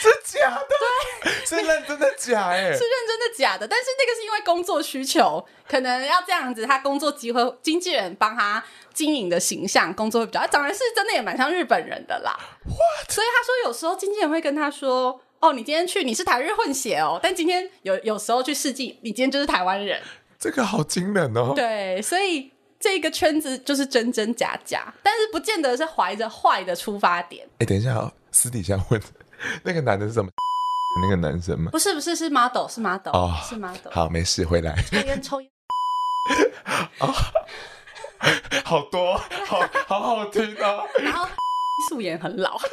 Speaker 2: 是假的，是认真的假哎、
Speaker 1: [LAUGHS] 是认真的假的，但是那个是因为工作需求，可能要这样子，他工作机会，经纪人帮他经营的形象，工作会比较。他啊长得是真的也蛮像日本人的啦。所以他说有时候经纪人会跟他说。哦，你今天去你是台日混血哦，但今天有有时候去试镜，你今天就是台湾人，
Speaker 2: 这个好惊人哦！
Speaker 1: 对，所以这个圈子就是真真假假，但是不见得是怀着坏的出发点，
Speaker 2: 哎、等一下、哦，私底下问，那个男的
Speaker 1: [LAUGHS]
Speaker 2: 是什么？那个男生吗？
Speaker 1: 不是不是是 model 是 model、
Speaker 2: 哦
Speaker 1: 是 model，
Speaker 2: 好，没
Speaker 1: [LAUGHS]
Speaker 2: 事，回来。
Speaker 1: 抽烟抽烟，
Speaker 2: 好多，好好好听哦。
Speaker 1: 然后 [LAUGHS] 素颜很老。 [LAUGHS]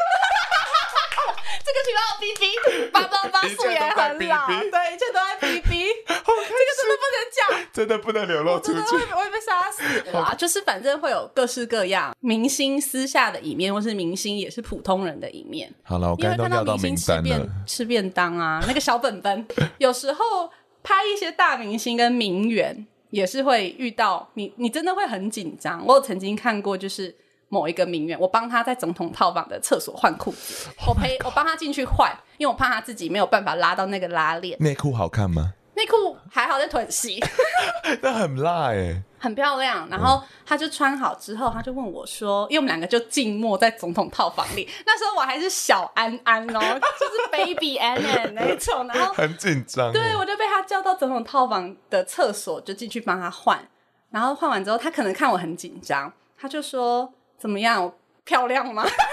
Speaker 1: 这个群号 B B 八八八
Speaker 2: [LAUGHS] 一切
Speaker 1: 素
Speaker 2: 都
Speaker 1: 颜
Speaker 2: 在
Speaker 1: 很老，
Speaker 2: BB
Speaker 1: 对，一切都在 B B，
Speaker 2: [LAUGHS] 好开
Speaker 1: 这个真的
Speaker 2: 心，
Speaker 1: 不能讲，
Speaker 2: 真的不能流露出
Speaker 1: 真的
Speaker 2: 去。
Speaker 1: 会会被杀死的啊！就是反正会有各式各样明星私下的一面，或是明星也是普通人的一面。
Speaker 2: 好了，我
Speaker 1: 因
Speaker 2: 刚
Speaker 1: 为
Speaker 2: 才都
Speaker 1: 看
Speaker 2: 料
Speaker 1: 明星
Speaker 2: 名
Speaker 1: 吃
Speaker 2: 单了
Speaker 1: 便。吃便当
Speaker 2: [LAUGHS]
Speaker 1: 啊，那个小本本，有时候拍一些大明星跟名媛也是会遇到你，你真的会很紧张。我有曾经看过，就是某一个名媛，我帮她在总统套房的厕所换裤
Speaker 2: [LAUGHS]
Speaker 1: 子，我陪我帮她进去换，因为我怕她自己没有办法拉到那个拉链，
Speaker 2: 内裤好看吗？
Speaker 1: 内裤还好在臀细。
Speaker 2: [LAUGHS] 那很辣哎、
Speaker 1: 很漂亮，然后她就穿好之后，她就问我说，因为我们两个就静默在总统套房里， [LAUGHS] 那时候我还是小安安哦，就是 baby Ann Ann 那一种，
Speaker 2: 嗯
Speaker 1: 然后
Speaker 2: 很紧张、欸。
Speaker 1: 对，我就被他叫到总统套房的厕所，就进去帮他换。然后换完之后，他可能看我很紧张，他就说：“怎么样，我漂亮吗？” [LAUGHS]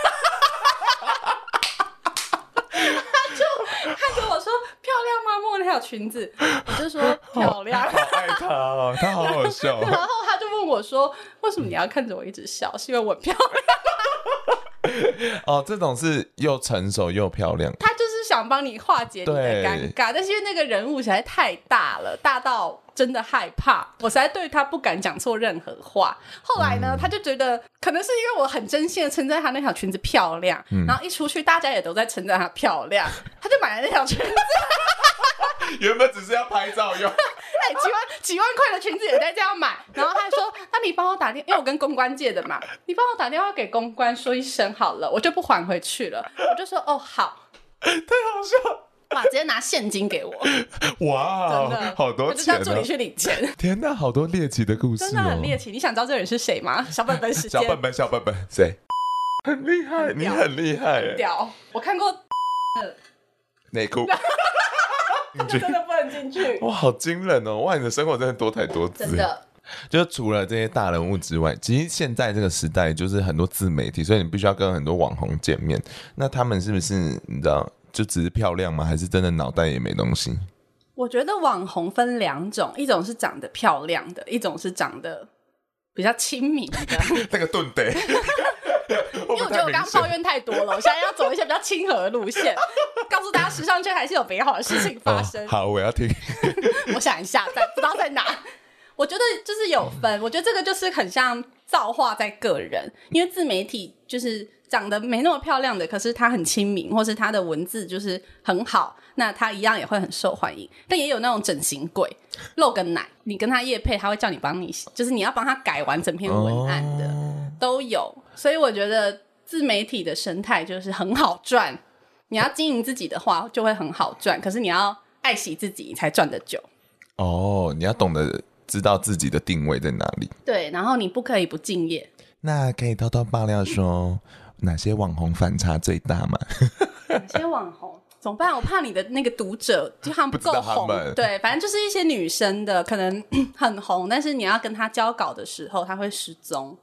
Speaker 1: 他就他跟我说：“漂亮吗？”摸那条裙子，我就说：“漂亮。”
Speaker 2: 好爱他 [LAUGHS] 哦，他好好笑哦。
Speaker 1: 然后他就问我说：“为什么你要看着我一直笑？是因为我漂亮？” [LAUGHS]
Speaker 2: 哦，这种是又成熟又漂亮。
Speaker 1: 他就是想帮你化解你的
Speaker 2: 对
Speaker 1: 尴尬，但是因为那个人物实在太大了，大到真的害怕，我实在对他不敢讲错任何话。后来呢，他就觉得可能是因为我很真心的称赞她那条裙子漂亮，然后一出去大家也都在称赞她漂亮，他就买了那条裙子。
Speaker 2: 原本只是要拍照用，
Speaker 1: 哎，几万几万块的裙子也在这样买，然后他还说：“那你帮我打电，因为我跟公关借的嘛，你帮我打电话给公关说一声好了，我就不还回去了。”我就说：“哦，好。”
Speaker 2: 太好
Speaker 1: 哇！直接拿现金给我，
Speaker 2: 笑
Speaker 1: 真
Speaker 2: 了！哇
Speaker 1: 的
Speaker 2: 哦，好多
Speaker 1: 我就叫
Speaker 2: 钱
Speaker 1: 助理
Speaker 2: 哦！
Speaker 1: 去领钱，
Speaker 2: 天哪，好多猎奇的故事
Speaker 1: 真的
Speaker 2: 哦
Speaker 1: 很！猎奇。你想知道这个人是谁吗？小本本时间
Speaker 2: 小本本，小本本，谁？很厉害，你
Speaker 1: 屌
Speaker 2: 很厉害耶，
Speaker 1: 屌，我看过，
Speaker 2: 内裤。
Speaker 1: 就真的不能进去，
Speaker 2: 哇，好惊人哦！哇，你的生活真的多才多姿。
Speaker 1: 真的。
Speaker 2: 就除了这些大人物之外，其实现在这个时代就是很多自媒体，所以你必须要跟很多网红见面。那他们是不是你知道就只是漂亮吗？还是真的脑袋也没东西？
Speaker 1: 我觉得网红分两种，一种是长得漂亮的，一种是长得比较亲民的。
Speaker 2: 那个盾得，因
Speaker 1: [LAUGHS] 因为我觉得我刚刚抱怨太多了，我现在要走一些比较亲和的路线，告诉大家时尚圈还是有美好的事情发生。
Speaker 2: 哦、好，我要听。
Speaker 1: 我想一下，在不知道在哪。我觉得就是有分，我觉得这个就是很像造化在个人，因为自媒体就是长得没那么漂亮的，可是他很亲民，或是他的文字就是很好，那他一样也会很受欢迎。但也有那种整形鬼，露个奶，你跟他夜配，他会叫你帮你，就是你要帮他改完整篇文案的，
Speaker 2: 哦
Speaker 1: 都有。所以我觉得自媒体的生态就是很好赚， [LAUGHS] 你要经营自己的话就会很好赚，可是你要爱惜自己，你才赚得久。
Speaker 2: 哦，你要懂得知道自己的定位在哪里。
Speaker 1: 对，然后你不可以不敬业。
Speaker 2: 那可以偷偷爆料说哪些网红反差最大吗？
Speaker 1: 有些网红怎么办？我怕你的那个读者就他们
Speaker 2: 不知
Speaker 1: 够
Speaker 2: 道他
Speaker 1: 红
Speaker 2: 们，
Speaker 1: 对，反正就是一些女生的，可能很红，但是你要跟她交稿的时候，她会失踪。 [LAUGHS]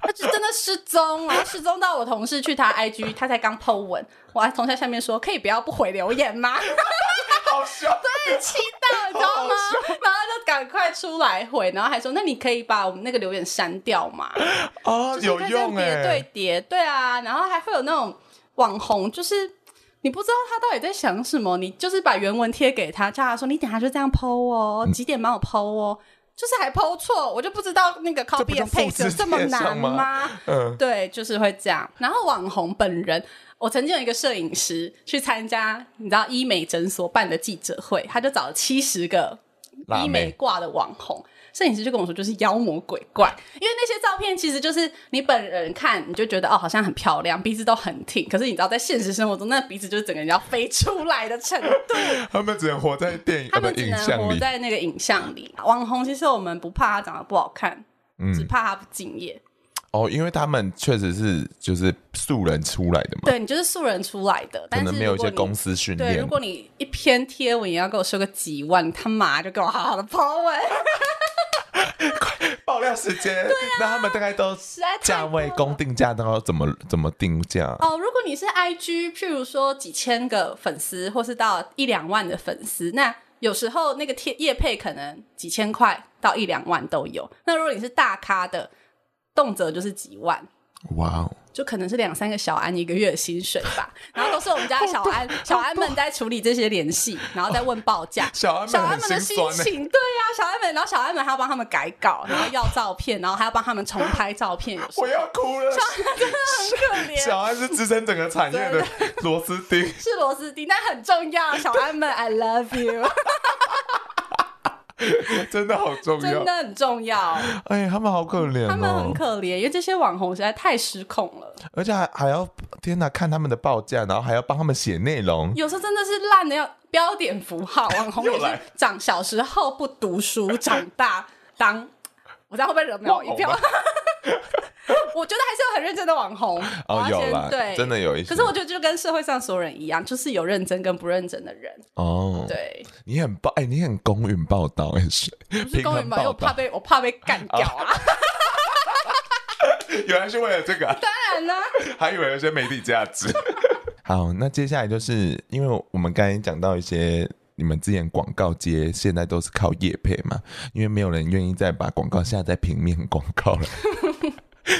Speaker 1: 她就真的失踪，然后失踪到我同事去她 IG，她才刚 po 文，我还同事在下面说可以不要不回留言吗？
Speaker 2: 好笑。
Speaker 1: 气到，你知道吗？然后就赶快出来回，然后还说那你可以把我们那个留言删掉
Speaker 2: [LAUGHS]
Speaker 1: 吗？
Speaker 2: 哦，有用哎、
Speaker 1: 叠对叠，对啊，然后还会有那种网红，就是你不知道他到底在想什么，你就是把原文贴给他，叫他说你等下就这样剖
Speaker 2: 嗯
Speaker 1: 哦，几点帮我剖哦，就是还剖错，我就不知道那个 copy and
Speaker 2: 这不就复
Speaker 1: paste
Speaker 2: 制
Speaker 1: 有这么
Speaker 2: 贴上
Speaker 1: 难
Speaker 2: 吗
Speaker 1: 吗？
Speaker 2: 嗯，
Speaker 1: 对，就是会这样。然后网红本人，我曾经有一个摄影师去参加，你知道医美诊所办的记者会，他就找了七十个
Speaker 2: 辣
Speaker 1: 医
Speaker 2: 妹
Speaker 1: 美挂的网红。摄影师就跟我说，就是妖魔鬼怪，因为那些照片其实就是你本人看，你就觉得哦，好像很漂亮，鼻子都很挺。可是你知道，在现实生活中，那鼻子就是整个人要飞出来的程度。
Speaker 2: 他们只能活在电影
Speaker 1: 他
Speaker 2: 啊，不
Speaker 1: 们只
Speaker 2: 影
Speaker 1: 能
Speaker 2: 像
Speaker 1: 活
Speaker 2: 里。
Speaker 1: 在那个影像里。网红其实我们不怕他长得不好看，
Speaker 2: 嗯
Speaker 1: 只怕他不敬业。
Speaker 2: 哦，因为他们确实是就是素人出来的嘛，
Speaker 1: 对你就是素人出来的，
Speaker 2: 可
Speaker 1: 但是
Speaker 2: 能没有
Speaker 1: 如
Speaker 2: 一
Speaker 1: 果
Speaker 2: 些
Speaker 1: 你
Speaker 2: 公司训
Speaker 1: 对，如
Speaker 2: 练。
Speaker 1: 果你一篇贴文也要给我收个几万，你他妈就给我好好的抛文，
Speaker 2: 爆料时间，
Speaker 1: 啊
Speaker 2: 那他们大概都
Speaker 1: [LAUGHS] 实在太
Speaker 2: 价位
Speaker 1: 多了
Speaker 2: 公定价都要怎么怎么定价？
Speaker 1: 哦。如果你是 IG，譬如说几千个粉丝，或是到一两万的粉丝，那有时候那个贴业配可能几千块到一两万都有。那如果你是大咖的，动辄就是几万。
Speaker 2: 哇哦，
Speaker 1: 就可能是两三个小安一个月的薪水吧，然后都是我们家的小安
Speaker 2: [LAUGHS]
Speaker 1: 小安们在处理这些联系，然后再问报价。
Speaker 2: 小安
Speaker 1: 小
Speaker 2: 们
Speaker 1: 安
Speaker 2: 很
Speaker 1: 们的
Speaker 2: 心
Speaker 1: 心欸
Speaker 2: 酸欸呢、
Speaker 1: 情，对呀、小安们，然后小安们还要帮他们改稿，然后要照片，然后还要帮他们重拍照片，有时候
Speaker 2: 我要哭了。
Speaker 1: 很可怜。
Speaker 2: 小安是支撑整个产业的螺丝钉。 [LAUGHS]
Speaker 1: 是螺丝钉，但很重要。小安们，I love you，
Speaker 2: 真的好 [LAUGHS] 重要
Speaker 1: 真。的很重要。
Speaker 2: 哎、他们好可怜哦，
Speaker 1: 他们很可怜，因为这些网红实在太失控了，
Speaker 2: 而且还还要天哪，看他们的报价，然后还要帮他们写内容。
Speaker 1: 有时候真的是烂的要标点符号。网红也
Speaker 2: 又来
Speaker 1: 是长小时候不读书，长大当我知道会不会惹毛一票
Speaker 2: 网，
Speaker 1: 我觉得还是有很认真的网红。我
Speaker 2: 哦，
Speaker 1: 要
Speaker 2: 有
Speaker 1: 先
Speaker 2: 啦，
Speaker 1: 对，
Speaker 2: 真的。有一些。
Speaker 1: 可是我觉得就跟社会上所有人一样，就是有认真跟不认真的人。
Speaker 2: 哦，
Speaker 1: [LAUGHS] 对，
Speaker 2: 你很报，哎、你很公允报道，哎，是
Speaker 1: 不是公园吧？因为我怕。被我怕被干掉啊！
Speaker 2: 平衡报道原来是为了这个
Speaker 1: [LAUGHS]
Speaker 2: 啊、
Speaker 1: 当然啦，
Speaker 2: 还以为有些媒体价
Speaker 1: [LAUGHS]
Speaker 2: 值。好，那接下来就是因为我们刚才讲到一些你们之前广告接现在都是靠业配嘛，因为没有人愿意再把广告下在平面广告
Speaker 1: [LAUGHS]
Speaker 2: 了。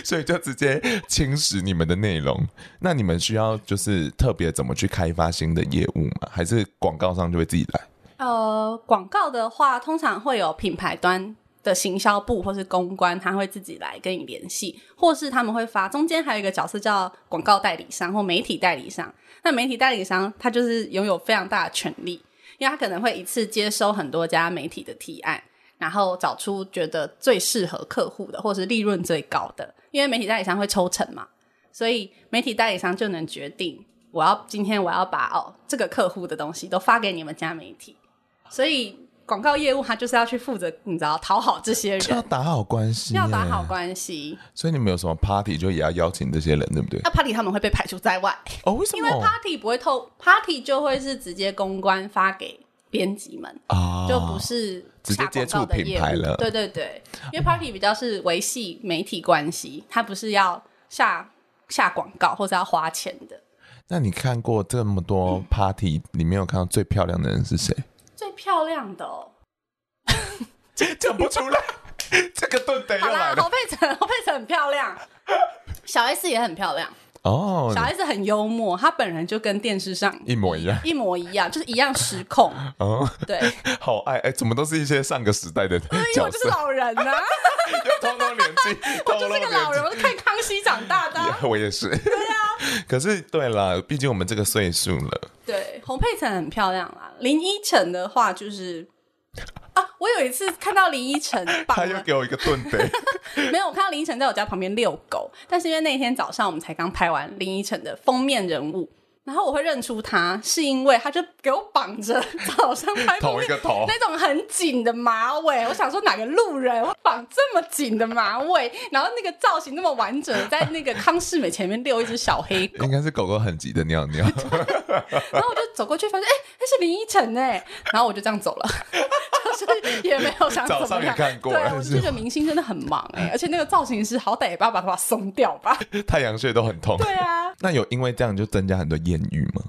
Speaker 2: 所以就直接侵蚀你们的内容，那你们需要就是特别怎么去开发新的业务吗？还是广告商就会自己来？
Speaker 1: 呃，广告的话，通常会有品牌端的行销部或是公关，他会自己来跟你联系，或是他们会发。中间还有一个角色叫广告代理商或媒体代理商。那媒体代理商他就是拥有非常大的权利，因为他可能会一次接收很多家媒体的提案，然后找出觉得最适合客户的，或是利润最高的。因为媒体代理商会抽成嘛，所以媒体代理商就能决定。我要今天我要把哦这个客户的东西都发给你们家媒体，所以广告业务它就是要去负责，你知道讨好这些
Speaker 2: 就要
Speaker 1: 人，
Speaker 2: 打好关系，
Speaker 1: 要打好。关系。
Speaker 2: 所以你们有什么 party 就也要邀请这些人，对不对？
Speaker 1: 那 party 他们会被排除在外，
Speaker 2: 哦，为什么？
Speaker 1: 因为 party 不会透，party 就会是直接公关发给编辑们，
Speaker 2: 啊，
Speaker 1: 就不是
Speaker 2: 直接
Speaker 1: 下
Speaker 2: 接
Speaker 1: 广
Speaker 2: 触
Speaker 1: 告的业务
Speaker 2: 品牌了
Speaker 1: 对对
Speaker 2: [LAUGHS]
Speaker 1: 对，因为 party 比较是维系媒体关系，它不是要下下广告或者要花钱的。
Speaker 2: 那你看过这么多 party 里面有看到最漂亮的人是谁？
Speaker 1: 最漂亮的哦，
Speaker 2: 讲不出来， [LAUGHS] 这个盾得又
Speaker 1: 好
Speaker 2: 来
Speaker 1: 啦，侯
Speaker 2: 了。
Speaker 1: 佩岑，侯佩岑很漂亮，小 S 也很漂亮。
Speaker 2: 哦
Speaker 1: 小，S 很幽默，她本人就跟电视上
Speaker 2: 一模一样。
Speaker 1: 一模一样，就是一样失控。
Speaker 2: 哦， [LAUGHS]
Speaker 1: 对，
Speaker 2: 好爱哎，怎么都是一些上个时代的
Speaker 1: [LAUGHS] 因为
Speaker 2: 角
Speaker 1: 我就
Speaker 2: 色
Speaker 1: 是，老人呐、啊，
Speaker 2: [LAUGHS] 又通通年纪，
Speaker 1: [LAUGHS] 我
Speaker 2: 透
Speaker 1: 就
Speaker 2: 露
Speaker 1: 是个老人，啊
Speaker 2: 年
Speaker 1: 我是
Speaker 2: 纪。
Speaker 1: 看康熙长大的啊、
Speaker 2: 我 [LAUGHS] 也是。对啊。 [LAUGHS] 可是对啦，毕竟我们这个岁数了。
Speaker 1: 对，洪佩岑很漂亮啦。林依晨的话就是。啊！我有一次看到林依晨
Speaker 2: [LAUGHS] 他
Speaker 1: 绑
Speaker 2: 又
Speaker 1: 了，
Speaker 2: 给我一个盾
Speaker 1: [LAUGHS]
Speaker 2: 得，
Speaker 1: 没有，我看到林依晨在我家旁边遛狗，但是因为那天早上我们才刚拍完林依晨的封面人物，然后我会认出她，是因为她就给我绑着早上拍封
Speaker 2: [LAUGHS] 同一
Speaker 1: 面
Speaker 2: 个头。
Speaker 1: 那种很紧的马尾，我想说哪个路人会绑这么紧的马尾，然后那个造型那么完整，在那个康世美前面遛一只小黑狗，
Speaker 2: 应该是狗狗很急的尿尿， [LAUGHS]
Speaker 1: 然后我就走过去发现，哎、那是林依晨哎，然后我就这样走了， [LAUGHS] 就是也没有想怎
Speaker 2: 早上
Speaker 1: 么
Speaker 2: 也
Speaker 1: 样。
Speaker 2: 看过
Speaker 1: 对，，我就觉得明星真的很忙哎、而且那个造型师好歹也把把头发松掉吧。
Speaker 2: 太阳穴都很 [LAUGHS] 痛。
Speaker 1: 对啊，
Speaker 2: 那有因为这样就增加很多艳遇吗？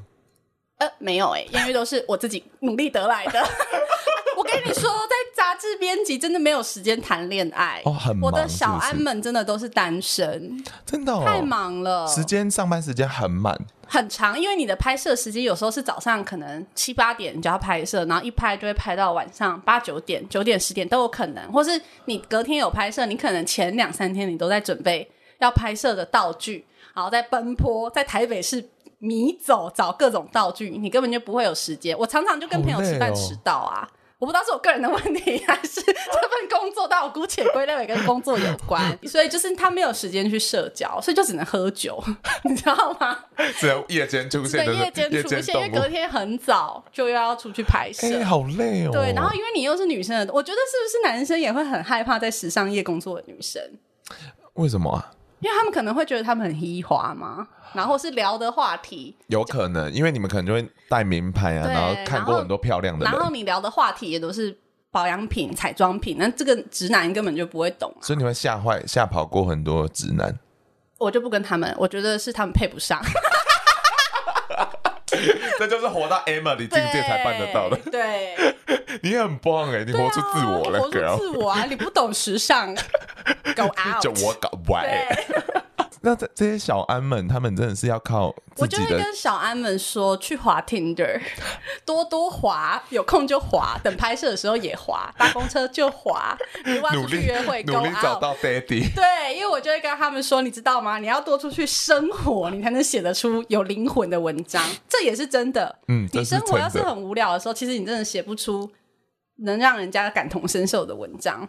Speaker 1: 呃，没有哎、因为都是我自己努力得来的。 [LAUGHS] 我跟你说，在杂志编辑真的没有时间谈恋爱
Speaker 2: 哦，很忙
Speaker 1: 哎我的小
Speaker 2: 是
Speaker 1: 安
Speaker 2: 不是
Speaker 1: 们真的都是单身，
Speaker 2: 真的、哦、
Speaker 1: 太忙了，
Speaker 2: 时间上班时间很满，
Speaker 1: 很长。因为你的拍摄时间有时候是早上可能七八点你就要拍摄，然后一拍就会拍到晚上八九点、九点、十点都有可能，或是你隔天有拍摄，你可能前两三天你都在准备要拍摄的道具，然后在奔波，在台北市。迷走找各种道具，你根本就不会有时间。我常常就跟朋友吃
Speaker 2: 好累
Speaker 1: 饭
Speaker 2: 哦
Speaker 1: 迟到啊，我不知道是我个人的问题，还是这份工作，但我姑且归类为跟工作有关，所以就是他没有时间去社交，所以就只能喝酒， [LAUGHS] 你知道吗？
Speaker 2: 只有夜间出
Speaker 1: 只
Speaker 2: 现
Speaker 1: 能
Speaker 2: 的
Speaker 1: 夜间
Speaker 2: 夜
Speaker 1: 出现，因为
Speaker 2: 动
Speaker 1: 隔
Speaker 2: 物。
Speaker 1: 天很早就又要出去拍摄。
Speaker 2: 哎、好累哦。
Speaker 1: 对，然后因为你又是女生的，我觉得是不是男生也会很害怕在时尚业工作的女生，
Speaker 2: 为什么啊？
Speaker 1: 因为他们可能会觉得他们很嘻华嘛，然后是聊的话题，
Speaker 2: 有可能，因为你们可能就会带名牌啊，
Speaker 1: 对
Speaker 2: 然后看过很多漂亮的
Speaker 1: 然后
Speaker 2: 人，
Speaker 1: 你聊的话题也都是保养品、彩妆品，那这个直男根本就不会懂啊，
Speaker 2: 所以你会吓坏、吓跑过很多直男。
Speaker 1: 我就不跟他们，我觉得是他们配不上，
Speaker 2: [LAUGHS] 这就是活到 Emily 境界才办得到的。
Speaker 1: 对。对，
Speaker 2: 你很棒哎、你活出自我了
Speaker 1: 对啊活出
Speaker 2: ，girl。
Speaker 1: 自我啊！你不懂时
Speaker 2: [LAUGHS]
Speaker 1: 尚，go out。
Speaker 2: 就我搞歪。
Speaker 1: 对，
Speaker 2: 那这这些小安们，他们真的是要靠自
Speaker 1: 我就
Speaker 2: 己
Speaker 1: 会
Speaker 2: 的
Speaker 1: 跟小安们说，去滑 Tinder，多 [LAUGHS] 多滑，有空就滑，等拍摄的时候也滑，搭公车就滑，如果要
Speaker 2: 努
Speaker 1: 出去
Speaker 2: 力
Speaker 1: 约会，go
Speaker 2: 努力找
Speaker 1: out。
Speaker 2: 到 daddy。
Speaker 1: 对，因为我就会跟他们说，你知道吗？你要多出去生活，你才能写得出有灵魂的文章。这也是真的。
Speaker 2: 嗯这
Speaker 1: 你
Speaker 2: 是
Speaker 1: 生活要是
Speaker 2: 真的
Speaker 1: 很无聊的时候，其实你真的写不出能让人家感同身受的文章。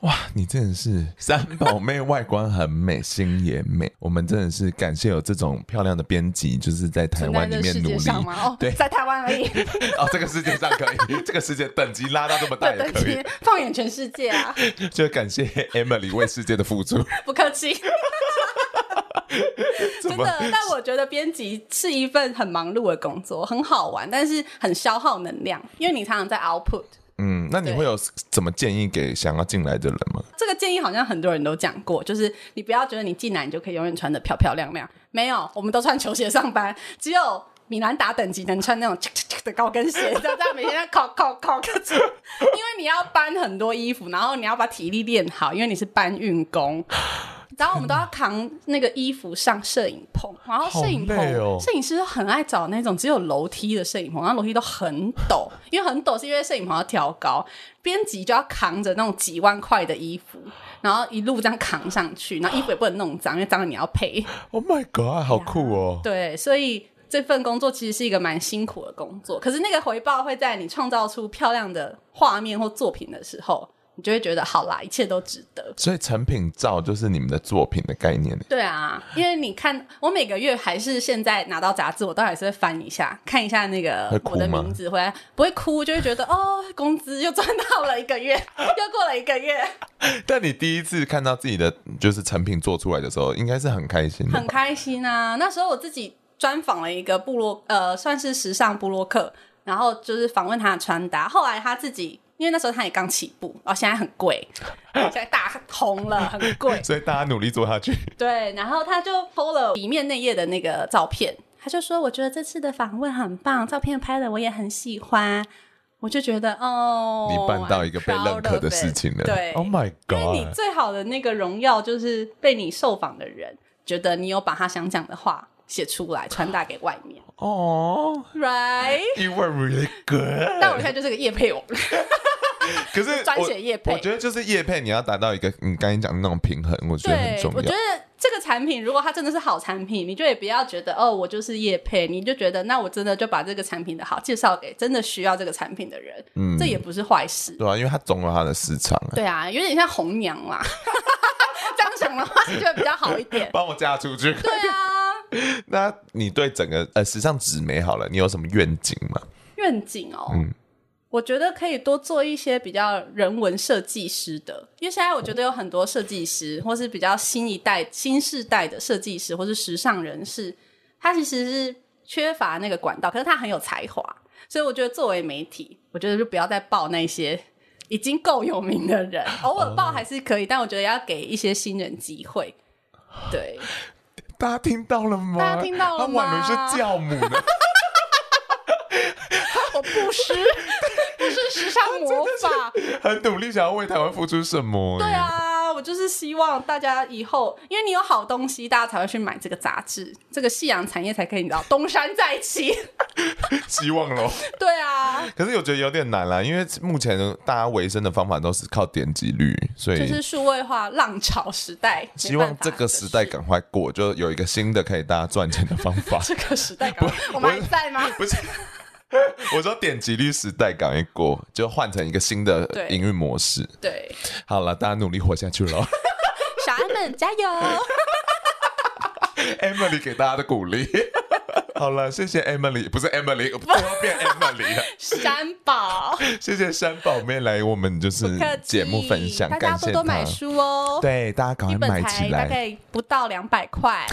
Speaker 2: 哇，你真的是三宝妹，外观很美， [LAUGHS] 心也美。我们真的是感谢有这种漂亮的编辑，就是在台
Speaker 1: 存在
Speaker 2: 湾里
Speaker 1: 这
Speaker 2: 面
Speaker 1: 世
Speaker 2: 努
Speaker 1: 界
Speaker 2: 力。
Speaker 1: 上吗？哦，
Speaker 2: 对
Speaker 1: 在台湾而已，
Speaker 2: [LAUGHS] 哦，这个世界上可以，这个世界等级拉到这么大
Speaker 1: 对，等
Speaker 2: 也
Speaker 1: [LAUGHS]
Speaker 2: 可以
Speaker 1: 级，放眼全世界啊！
Speaker 2: 就感谢 Emily 为世界的付出。
Speaker 1: 不客气。真的。但我觉得编辑是一份很忙碌的工作，很好玩，但是很消耗能量，因为你常常在 output。
Speaker 2: 嗯，那你会有怎么建议给想要进来的人吗？
Speaker 1: 这个建议好像很多人都讲过，就是你不要觉得你进来你就可以永远穿的漂漂亮亮，没有，我们都穿球鞋上班，只有。米兰达等级能穿那种嘖嘖嘖的高跟鞋，这样每天在考考考个 [LAUGHS] 因为你要搬很多衣服，然后你要把体力练好，因为你是搬运工。然后我们都要扛那个衣服上摄影棚，然后摄影棚、
Speaker 2: 好累哦
Speaker 1: 摄影师都很爱找那种只有楼梯的摄影棚，然后楼梯都很陡，因为很陡是因为摄影棚要调高，编辑就要扛着那种几万块的衣服，然后一路这样扛上去，然后衣服也不能弄脏，因为脏了你要赔。
Speaker 2: Oh my god，好酷哦！
Speaker 1: 对，啊所以这份工作其实是一个蛮辛苦的工作，可是那个回报会在你创造出漂亮的画面或作品的时候，你就会觉得好啦，一切都值得。
Speaker 2: 所以成品照就是你们的作品的概念。
Speaker 1: 对啊，因为你看，我每个月还是现在拿到杂志，我都还是会翻一下，看一下那个
Speaker 2: 会
Speaker 1: [LAUGHS]
Speaker 2: 哭
Speaker 1: 我的
Speaker 2: 吗
Speaker 1: 名字回来，不会哭，就会觉得哦，工资又赚到了一个月，又过了一个月，
Speaker 2: 但你第一次看到自己的就是成品做出来的时候，应该是很开心的
Speaker 1: 很
Speaker 2: 吧。
Speaker 1: 开心啊！那时候我自己专访了一个部落，呃，算是时尚部落客，然后就是访问他的穿搭。后来他自己，因为那时候他也刚起步，哦，现在很贵， [LAUGHS] 现在大红了，很贵。
Speaker 2: 所以大家努力做下去。
Speaker 1: 对，然后他就 PO 了里面那页的那个照片，他就说：“我觉得这次的访问很棒，照片拍的我也很喜欢。”我就觉得哦，
Speaker 2: 你办到一个被
Speaker 1: I'm
Speaker 2: 认
Speaker 1: proud
Speaker 2: 可
Speaker 1: of
Speaker 2: 的
Speaker 1: it
Speaker 2: 事情了。
Speaker 1: 哦对
Speaker 2: ，Oh my
Speaker 1: 因为你
Speaker 2: god！
Speaker 1: 最好的那个荣耀就是被你受访的人觉得你有把他想讲的话写出来，传达给外面
Speaker 2: 哦、
Speaker 1: [LAUGHS] ，right？
Speaker 2: y o u were really
Speaker 1: 但我现
Speaker 2: good。
Speaker 1: 在就是个叶配王，
Speaker 2: 可是
Speaker 1: 专
Speaker 2: 我
Speaker 1: 写业配
Speaker 2: 我觉得就是业配，你要达到一个你刚才讲的那种平衡，我觉得很
Speaker 1: 对
Speaker 2: 重，
Speaker 1: 我觉
Speaker 2: 要
Speaker 1: 得。这个产品如果它真的是好产品，你就也不要觉得哦，我就是叶配，你就觉得那我真的就把这个产品的好介绍给真的需要这个产品的人，
Speaker 2: 嗯
Speaker 1: 这也不是坏事。
Speaker 2: 对啊，因为它总有它的市场啊。
Speaker 1: 对啊，有点像红娘啦， [LAUGHS] 这样想的话 [LAUGHS] 是就会比较好一点。
Speaker 2: 帮我嫁出去。
Speaker 1: 对啊，
Speaker 2: 那你对整个呃时尚纸媒好了，你有什么愿景吗？
Speaker 1: 愿景哦，
Speaker 2: 嗯
Speaker 1: 我觉得可以多做一些比较人文设计师的，因为现在我觉得有很多设计师，或是比较新一代、新世代的设计师，或是时尚人士，他其实是缺乏那个管道，可是他很有才华，所以我觉得作为媒体，我觉得就不要再报那些已经够有名的人， [LAUGHS] 偶尔报还是可以，但我觉得要给一些新人机会。对，
Speaker 2: 大家听到了吗？
Speaker 1: 大家听到了吗
Speaker 2: 她宛如是教母呢，
Speaker 1: 我不失，不是时尚魔法，
Speaker 2: 很努力想要为台湾付出什么、
Speaker 1: 对，啊，我就是希望大家以后，因为你有好东西，大家才会去买这个杂志，这个夕阳产业才可以，你知道东山再起。 [LAUGHS]
Speaker 2: 希望咯。
Speaker 1: 对啊，
Speaker 2: [LAUGHS] 可是我觉得有点难啦，因为目前大家维生的方法都是靠点击率，所
Speaker 1: 就
Speaker 2: 以
Speaker 1: 是数位化浪潮时代，
Speaker 2: 希望这个时代
Speaker 1: 感，
Speaker 2: 赶快过，就有一个新的可以大家赚钱的方
Speaker 1: [LAUGHS]。
Speaker 2: 法
Speaker 1: 这个时代感，我们还在吗？
Speaker 2: 不是，我说点击率时代赶快过，就换成一个新的
Speaker 1: 对
Speaker 2: 营运模式。
Speaker 1: 对，
Speaker 2: 好了，大家努力活下去喽
Speaker 1: 小安们加油！
Speaker 2: [LAUGHS] ，Emily 给大家的鼓励。 [LAUGHS] 好了，谢谢 Emily，不是
Speaker 1: [LAUGHS]
Speaker 2: Emily，不要变 Emily 了。
Speaker 1: 山宝，
Speaker 2: 谢谢山宝妹来我们就是
Speaker 1: 不客气
Speaker 2: 节目分享，
Speaker 1: 大家
Speaker 2: 感
Speaker 1: 多
Speaker 2: 谢
Speaker 1: 多
Speaker 2: 她
Speaker 1: 买。书哦。。
Speaker 2: 对，大家赶
Speaker 1: 一
Speaker 2: 快买
Speaker 1: 本
Speaker 2: 起
Speaker 1: 才大
Speaker 2: 来。
Speaker 1: 概不到两百块，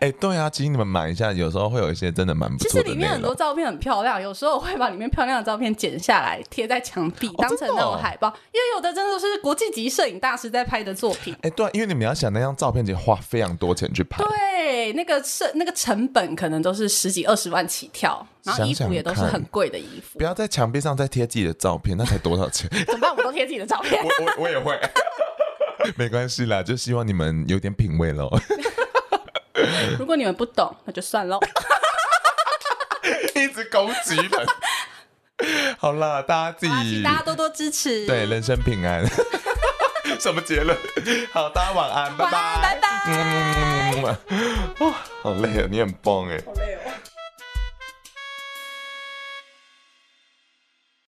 Speaker 2: 哎、对啊，其实你们买一下，有时候会有一些真的蛮不
Speaker 1: 其
Speaker 2: 错
Speaker 1: 实里
Speaker 2: 的内
Speaker 1: 面很
Speaker 2: 容
Speaker 1: 多。照片很漂亮，有时候我会把里面漂亮的照片剪下来贴在墙壁，
Speaker 2: 哦
Speaker 1: 当成那种海报，因为有的真的是国际级摄影大师在拍的作品。
Speaker 2: 哎、对、啊，因为你们要想那张照片，得花非常多钱去拍。
Speaker 1: 对，那个摄那个成本可能都是十几二十万起跳，然后衣
Speaker 2: 想
Speaker 1: 服
Speaker 2: 想
Speaker 1: 也都是
Speaker 2: 看
Speaker 1: 很贵的衣服
Speaker 2: 不。要在墙壁上再贴自己的照片，那才多少
Speaker 1: [LAUGHS]
Speaker 2: 钱？
Speaker 1: 怎么办？我都贴自己的照片。
Speaker 2: 我我我也会， [LAUGHS] 没关系啦，就希望你们有点品味喽。
Speaker 1: 如果你们不懂，那就
Speaker 2: [LAUGHS]
Speaker 1: 算喽。
Speaker 2: [LAUGHS] 一直攻
Speaker 1: [LAUGHS]
Speaker 2: 击人。好啦，大家自
Speaker 1: 好啦请
Speaker 2: 己
Speaker 1: 大家多多支持。
Speaker 2: 对人生平安。 [LAUGHS] 什么结论？好，大家晚安，拜
Speaker 1: 晚安，拜
Speaker 2: 拜。
Speaker 1: 拜。
Speaker 2: 嗯，哇，好累啊，你很棒哎。
Speaker 1: 好累